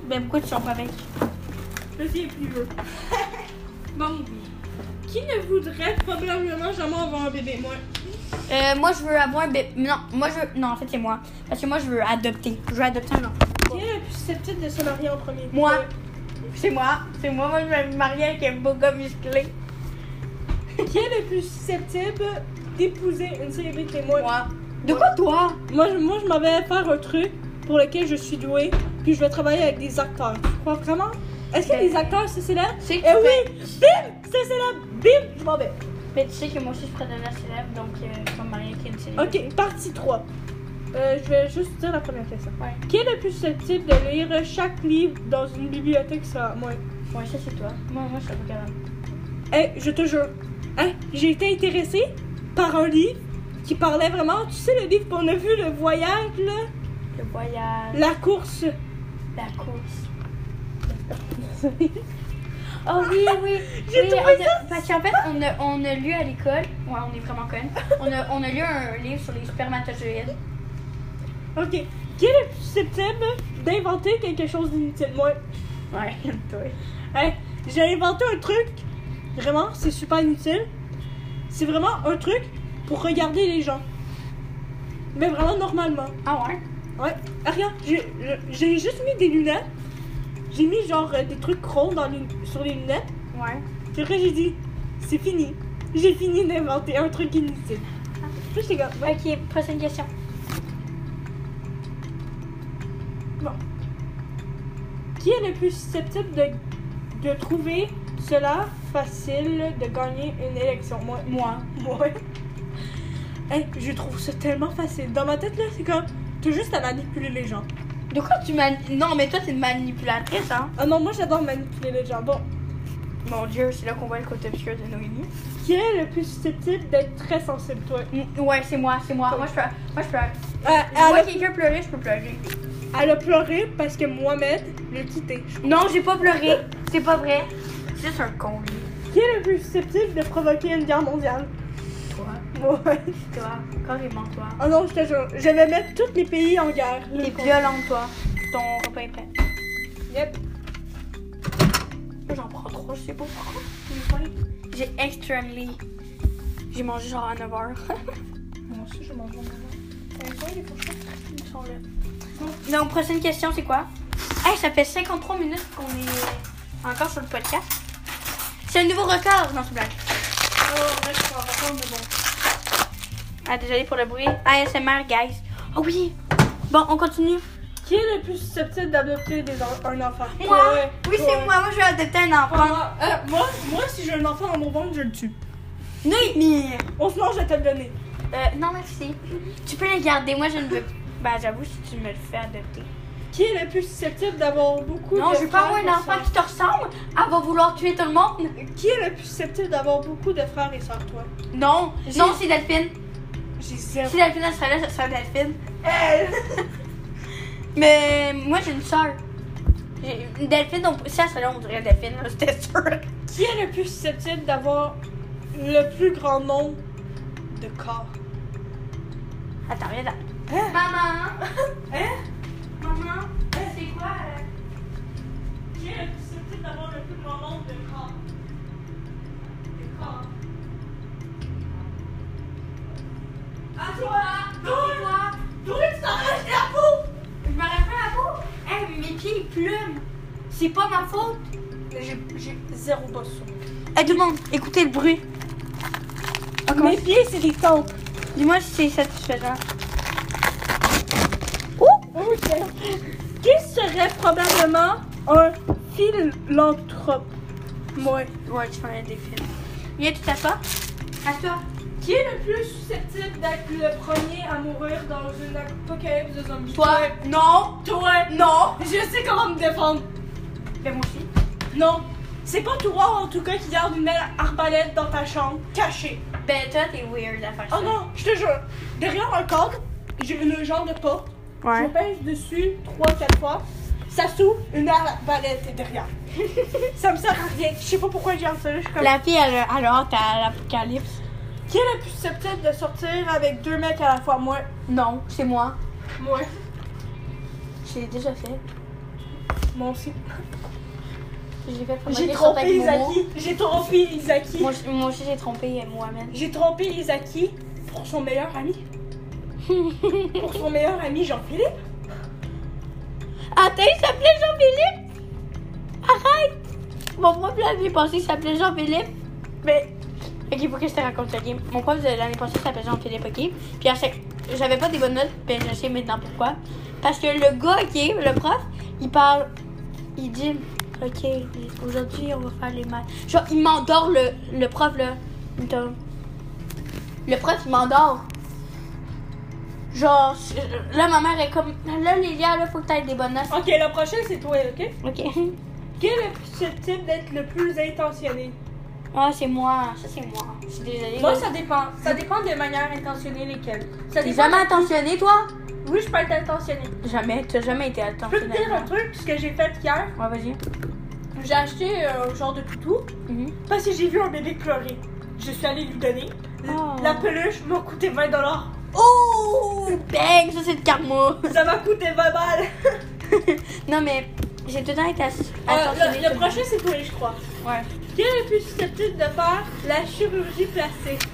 Speaker 1: Ben pourquoi tu sors pas avec?
Speaker 2: Le est plus vieux. <laughs> bon. Qui ne voudrait probablement jamais avoir un bébé Moi.
Speaker 1: Euh, moi je veux avoir un bébé. Non, moi je veux. Non, en fait c'est moi. Parce que moi je veux adopter. Je veux adopter un enfant.
Speaker 2: Qui est le plus susceptible de se marier en premier
Speaker 1: Moi. C'est moi. C'est moi. Moi je vais me marier avec un beau gars musclé.
Speaker 2: Qui est le plus susceptible d'épouser une célébrité Moi.
Speaker 1: Moi. De quoi toi?
Speaker 2: Moi, je, moi, je m'en vais faire un truc pour lequel je suis douée, puis je vais travailler avec des acteurs. Tu crois vraiment Est-ce que
Speaker 1: Ben-
Speaker 2: les acteurs, c'est célèbre
Speaker 1: Tu sais que
Speaker 2: Eh
Speaker 1: tu fais-
Speaker 2: oui Bim C'est célèbre Bim Je m'en vais.
Speaker 1: Mais ben, tu sais que moi aussi je ferais de la célèbre, donc euh, je vais me marier avec une célèbre.
Speaker 2: Ok, partie 3. Euh, je vais juste dire la première question.
Speaker 1: Ouais.
Speaker 2: Qui est le plus susceptible de lire chaque livre dans une bibliothèque ça Moi.
Speaker 1: Ouais, ça c'est toi. Moi, moi je serais pas capable.
Speaker 2: Hey, Eh, je te jure. Hein, j'ai été intéressée par un livre qui parlait vraiment. Tu sais, le livre qu'on a vu, le voyage, là,
Speaker 1: Le voyage,
Speaker 2: la course.
Speaker 1: la course. <laughs>
Speaker 2: J'ai
Speaker 1: Oh oui, oui.
Speaker 2: J'ai
Speaker 1: oui,
Speaker 2: trouvé
Speaker 1: on a- Parce qu'en fait, on a, on a lu à l'école. Ouais, on est vraiment connes. On a, on a lu un livre sur les spermatozoïdes.
Speaker 2: Ok. Qui est le plus susceptible d'inventer quelque chose d'inutile? Moi.
Speaker 1: Ouais, toi.
Speaker 2: Hey, j'ai inventé un truc. Vraiment, c'est super inutile. C'est vraiment un truc pour regarder les gens. Mais vraiment normalement.
Speaker 1: Ah ouais?
Speaker 2: Ouais. Ah, regarde, j'ai je- j'ai juste mis des lunettes. J'ai mis genre euh, des trucs ronds dans les- sur les lunettes.
Speaker 1: Ouais.
Speaker 2: Puis après, j'ai dit, c'est fini. J'ai fini d'inventer un truc inutile. Puis j'étais comme, ouais.
Speaker 1: Ok, prochaine question.
Speaker 2: Qui est le plus susceptible de, de trouver cela facile de gagner une élection Moi.
Speaker 1: Moi.
Speaker 2: Moi. <laughs> Hey, je trouve ça tellement facile. Dans ma tête, là, c'est comme, t'as juste à manipuler les gens.
Speaker 1: De quoi tu man... Non, mais toi, t'es une manipulatrice, hein?
Speaker 2: Ah non, moi, j'adore manipuler les gens. Bon,
Speaker 1: Mon Dieu, c'est là qu'on voit le côté obscur de Noémie.
Speaker 2: qui est le plus susceptible d'être très sensible, toi
Speaker 1: Mm, Ouais, c'est moi, c'est moi. Moi, je peux... Moi, je peux...
Speaker 2: Euh,
Speaker 1: Je
Speaker 2: elle,
Speaker 1: vois
Speaker 2: a,
Speaker 1: quelqu'un pleurer, je peux pleurer.
Speaker 2: elle a pleuré parce que Mohamed l'a quitté.
Speaker 1: Non, j'ai pas pleuré. C'est pas vrai. C'est juste un con, lui.
Speaker 2: Qui est le plus susceptible de provoquer une guerre mondiale
Speaker 1: Toi.
Speaker 2: <laughs> Ouais.
Speaker 1: Toi. Carrément, toi.
Speaker 2: Oh non, je te jure, je vais mettre tous les pays en guerre. Le
Speaker 1: T'es
Speaker 2: con.
Speaker 1: violente, toi. Ton repas est prêt.
Speaker 2: Yep.
Speaker 1: Moi, J'en prends trop, je sais pas pourquoi. Mais ouais. J'ai extremely. J'ai mangé genre à 9h.
Speaker 2: <laughs> Moi aussi, je mange Eh,
Speaker 1: Donc, prochaine question, c'est quoi? Hey, ça fait 53 minutes qu'on est encore sur le podcast. C'est un nouveau record dans ce blague.
Speaker 2: Oh, ouais, je suis en retard, mais bon.
Speaker 1: Ah, désolé pour le bruit. ASMR, guys. Oh oui! Bon, on continue.
Speaker 2: Qui est le plus susceptible d'adopter des en- un enfant
Speaker 1: Moi?
Speaker 2: Ouais,
Speaker 1: oui, c'est
Speaker 2: ouais.
Speaker 1: moi. Moi, je vais adopter un
Speaker 2: Ah,
Speaker 1: enfant.
Speaker 2: Moi, euh, moi, moi, si j'ai un enfant dans mon ventre, je le tue.
Speaker 1: Non, mais.
Speaker 2: On se mange, je vais te le donner.
Speaker 1: Euh, non, merci. Tu peux la garder. Moi, je ne veux. Bah, j'avoue, si tu me le fais adopter.
Speaker 2: Qui est le plus susceptible d'avoir beaucoup de
Speaker 1: Non, je veux pas
Speaker 2: frères
Speaker 1: avoir
Speaker 2: et
Speaker 1: un enfant
Speaker 2: sœurs?
Speaker 1: qui te ressemble. Elle va vouloir tuer tout le monde.
Speaker 2: Qui est le plus susceptible d'avoir beaucoup de frères et sœurs, toi
Speaker 1: Non,
Speaker 2: J'ai-
Speaker 1: non, c'est Delphine.
Speaker 2: J'ai zéro.
Speaker 1: Si Delphine, elle serait là, ce serait Delphine.
Speaker 2: Elle
Speaker 1: <laughs> Mais moi, j'ai une soeur. Delphine, on... si elle serait là, on dirait Delphine, là, c'était sûr. <laughs>
Speaker 2: Qui est le plus susceptible d'avoir le plus grand nombre de corps
Speaker 1: Attends, viens là.
Speaker 2: Hein?
Speaker 1: Maman!
Speaker 2: Hein?
Speaker 1: Maman, c'est quoi? euh?
Speaker 2: Qui est le plus susceptible d'avoir le plus grand nombre de corps De corps.
Speaker 1: Ah, c'est quoi? C'est quoi?
Speaker 2: D'où tu t'arraches la peau
Speaker 1: Je me rappelle à vous. Hey, mes pieds, ils plument. C'est pas ma faute.
Speaker 2: J'ai j'ai zéro boss sur moi.
Speaker 1: Hey, Eh, tout le monde, écoutez le bruit. Ah, comment-
Speaker 2: Mes pieds, c'est des tempes.
Speaker 1: Dis-moi si c'est satisfaisant. Oh!
Speaker 2: Qui serait probablement un philanthrope? Moi.
Speaker 1: Ouais, tu fais des films. Viens, tu t'assois. Assois.
Speaker 2: Qui Qui est le plus susceptible d'être le premier à mourir dans une apocalypse de zombies?
Speaker 1: Toi.
Speaker 2: Non! Toi!
Speaker 1: Non!
Speaker 2: Je sais comment me défendre!
Speaker 1: Ben moi aussi.
Speaker 2: Non! C'est pas toi en tout cas qui garde une belle arbalète dans ta chambre, cachée.
Speaker 1: Ben toi, t'es weird à faire ça.
Speaker 2: Oh non, je te jure, derrière un cadre, j'ai le genre de porte. Je pèse dessus 3-4 fois. Ça s'ouvre, une arbalète est derrière. <laughs> ça me sert à rien. Je sais pas pourquoi j'ai ça là. Je suis comme...
Speaker 1: La fille, elle a elle a hâte à l'apocalypse.
Speaker 2: Qui est le plus susceptible de sortir avec deux mecs à la fois? Moi.
Speaker 1: Non, c'est moi.
Speaker 2: Moi.
Speaker 1: J'ai déjà fait.
Speaker 2: Moi aussi.
Speaker 1: J'ai fait pour
Speaker 2: J'ai
Speaker 1: ma
Speaker 2: trompé
Speaker 1: vie, je sortais avec Momo.
Speaker 2: Isaki. J'ai trompé Isaki.
Speaker 1: Moi, je- moi aussi, j'ai trompé euh, Mohamed.
Speaker 2: J'ai trompé Isaki pour son meilleur
Speaker 1: <laughs>
Speaker 2: ami. pour son meilleur ami Jean-Philippe.
Speaker 1: Attends, il s'appelait Jean-Philippe Arrête Mon prof de l'année passée s'appelait Jean-Philippe.
Speaker 2: Mais
Speaker 1: Ok, pour que je te raconte ça, game. Mon prof de l'année passée s'appelait Jean-Philippe, ok? Puis à chaque. J'avais pas des bonnes notes, ben je sais maintenant pourquoi. Parce que le gars, ok, le prof, il parle. Il dit, ok, aujourd'hui on va faire les maths. Genre, il m'endort le, le prof, là. Il me donne- Le prof, il m'endort. Genre, je- là, ma mère est comme. Là, Lélia, là, faut que t'aies des bonnes notes.
Speaker 2: ok, la prochaine c'est toi, ok?
Speaker 1: Ok. <laughs>
Speaker 2: Qui est le plus susceptible d'être le plus intentionné?
Speaker 1: Ah, c'est moi, ça c'est moi. Je suis désolée.
Speaker 2: Moi, ça dépend. Ça dépend de manière intentionnée lesquelles. Ça
Speaker 1: T'es
Speaker 2: dépend.
Speaker 1: jamais attentionné, toi
Speaker 2: Oui, je peux être intentionnée.
Speaker 1: Jamais, t'as jamais été
Speaker 2: Je peux te
Speaker 1: attentionné.
Speaker 2: dire un truc, ce que j'ai fait hier.
Speaker 1: Ouais, vas-y.
Speaker 2: J'ai acheté euh, un genre de toutou
Speaker 1: Mhm.
Speaker 2: parce que j'ai vu un bébé pleurer. Je suis allée lui donner.
Speaker 1: Oh.
Speaker 2: La peluche m'a coûté 20 dollars.
Speaker 1: Oh Bang, ça c'est de karma.
Speaker 2: Ça m'a coûté 20 balles.
Speaker 1: <laughs> non, mais j'ai tout le temps été ass-
Speaker 2: Euh,
Speaker 1: attentionnée.
Speaker 2: le, le
Speaker 1: tout
Speaker 2: prochain, c'est toi, je crois.
Speaker 1: le temps. Ouais.
Speaker 2: Qui est le plus susceptible de faire la chirurgie plastique?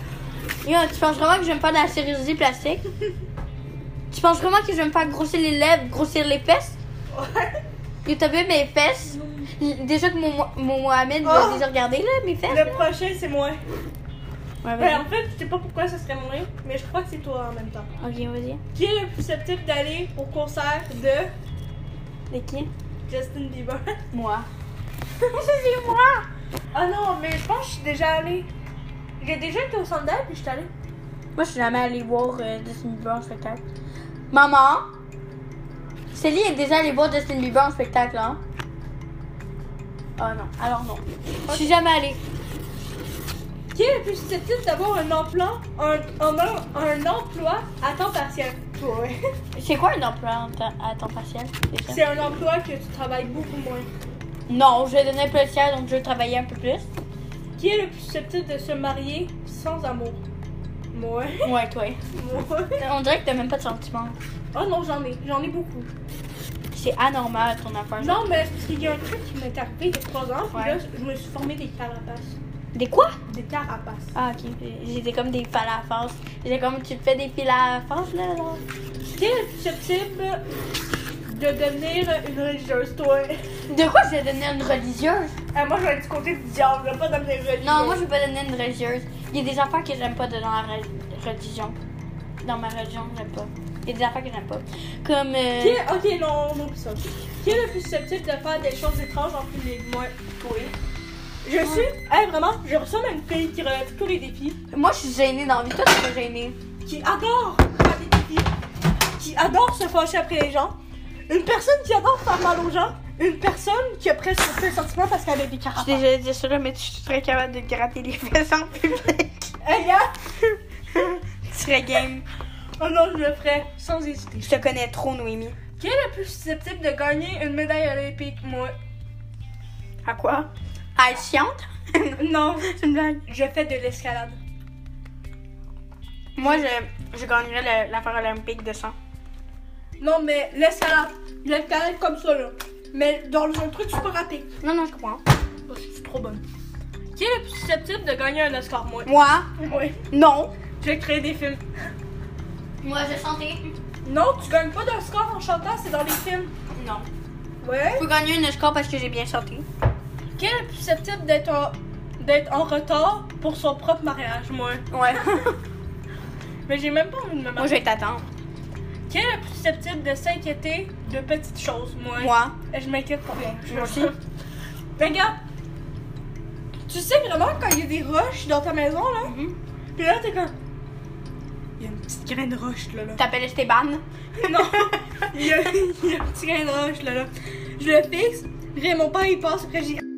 Speaker 1: Yo, tu penses vraiment que j'aime pas la chirurgie plastique
Speaker 2: <laughs>
Speaker 1: Tu penses vraiment que j'aime pas grossir les lèvres, grossir les fesses Yo, t'as vu mes fesses Déjà que mon, mon Mohamed va
Speaker 2: Oh.
Speaker 1: déjà regarder, là, mes fesses.
Speaker 2: Le prochain, c'est moi.
Speaker 1: Ouais,
Speaker 2: Ben,
Speaker 1: vas-y.
Speaker 2: en fait, je sais pas pourquoi ça serait moi, mais je crois que c'est toi en même temps.
Speaker 1: Ok, vas-y.
Speaker 2: Qui est le plus susceptible d'aller au concert de
Speaker 1: De qui
Speaker 2: Justin Bieber?
Speaker 1: Moi.
Speaker 2: <laughs> c'est moi! Ah non, mais je pense que je suis déjà allée. J'ai déjà été au Sandal puis je suis allée.
Speaker 1: Moi, je suis jamais allée voir euh, Justin Bieber en spectacle. Maman, Célie est déjà allée voir Justin Bieber en spectacle, hein? Ah non, alors non. Je suis jamais allée.
Speaker 2: Qui est le plus susceptible d'avoir un emploi, un, un, un emploi à temps partiel? Toi, ouais.
Speaker 1: C'est quoi un emploi en temps- à temps partiel? déjà?
Speaker 2: C'est un emploi que tu travailles beaucoup moins.
Speaker 1: Non, je donnais plus cher, donc je travaillais un peu plus.
Speaker 2: Qui est le plus susceptible de se marier sans amour? Moi. <laughs>
Speaker 1: Ouais, toi.
Speaker 2: Moi.
Speaker 1: On dirait que t'as même pas de sentiments.
Speaker 2: Oh non, j'en ai. J'en ai beaucoup.
Speaker 1: C'est anormal ton affaire.
Speaker 2: Non, mais c'est parce qu'il y a un truc qui m'est arrivé il y a trois ans. puis
Speaker 1: Ouais.
Speaker 2: là, je me suis formé des carapaces.
Speaker 1: Des quoi?
Speaker 2: Des carapaces.
Speaker 1: Ah, ok. J'étais comme des fils à la face. J'étais comme, tu te fais des fils à la face, là, là.
Speaker 2: Qui est le plus susceptible de devenir une religieuse, toi?
Speaker 1: De quoi je vais devenir une religieuse?
Speaker 2: Ah, moi, je vais être du côté du diable, là, pas dans les religions.
Speaker 1: Non, moi je veux pas devenir une religieuse. Il y a des affaires que j'aime pas de- dans la re- religion. Dans ma religion, j'aime pas. Il y a des affaires que j'aime pas. Comme. euh,
Speaker 2: Qui est- Ok, non, non, plus ça. Qui est le plus susceptible de faire des choses étranges en public? Moi, toi. Je suis. Eh, vraiment, je ressemble à une fille qui relève tous les défis,
Speaker 1: Moi je suis gênée dans la vie. Toi tu pas gênée.
Speaker 2: qui adore faire des défis, qui adore se fâcher après les gens, une personne qui adore faire mal aux gens, une personne qui a presque fait le sentiment parce qu'elle a des
Speaker 1: Je
Speaker 2: carapaces.
Speaker 1: suis déjà dit ça là, mais tu serais capable de gratter les <laughs> fesses en public. <laughs>
Speaker 2: Eh, gars!
Speaker 1: tu serais game.
Speaker 2: Oh non, je le ferais, sans hésiter.
Speaker 1: Je te connais trop, Noémie.
Speaker 2: Qui est le plus susceptible de gagner une médaille olympique? Moi.
Speaker 1: À quoi À être chiante
Speaker 2: Non,
Speaker 1: C'est une blague.
Speaker 2: je fais de l'escalade.
Speaker 1: Moi je, je gagnerais le- l'affaire olympique de sang.
Speaker 2: Non, mais l'escalade. L'escalade comme ça, là. Mais dans un truc super rapide.
Speaker 1: Non, non, je comprends.
Speaker 2: Oh, je suis trop bonne. Qui est le plus susceptible de gagner un Oscar, moi?
Speaker 1: Moi
Speaker 2: Oui.
Speaker 1: Non.
Speaker 2: Je vais créer des films.
Speaker 1: Moi je chantais
Speaker 2: Non, tu gagnes pas d'Oscar en chantant, c'est dans les films.
Speaker 1: Non.
Speaker 2: Ouais.
Speaker 1: Je peux gagner une score parce que j'ai bien chanté.
Speaker 2: Qui est le plus susceptible d'être en... d'être en retard pour son propre mariage, moi?
Speaker 1: Ouais.
Speaker 2: Mais j'ai même pas envie de me
Speaker 1: Moi
Speaker 2: marier.
Speaker 1: je vais t'attendre.
Speaker 2: Qui est le plus susceptible de s'inquiéter de petites choses, moi?
Speaker 1: Moi.
Speaker 2: Et Je m'inquiète pour rien. Je
Speaker 1: Moi
Speaker 2: <laughs>
Speaker 1: aussi.
Speaker 2: Mais regarde, tu sais vraiment quand il y a des roches dans ta maison, là?
Speaker 1: Mhm.
Speaker 2: Puis là, t'es comme, Il y a une petite graine de roche là.
Speaker 1: <laughs>
Speaker 2: là.
Speaker 1: T'appelles Esteban.
Speaker 2: Non! Il y, a, il y a un petit grain de roche là, là. Je le fixe. Après, mon père, il passe. Après, j'ai.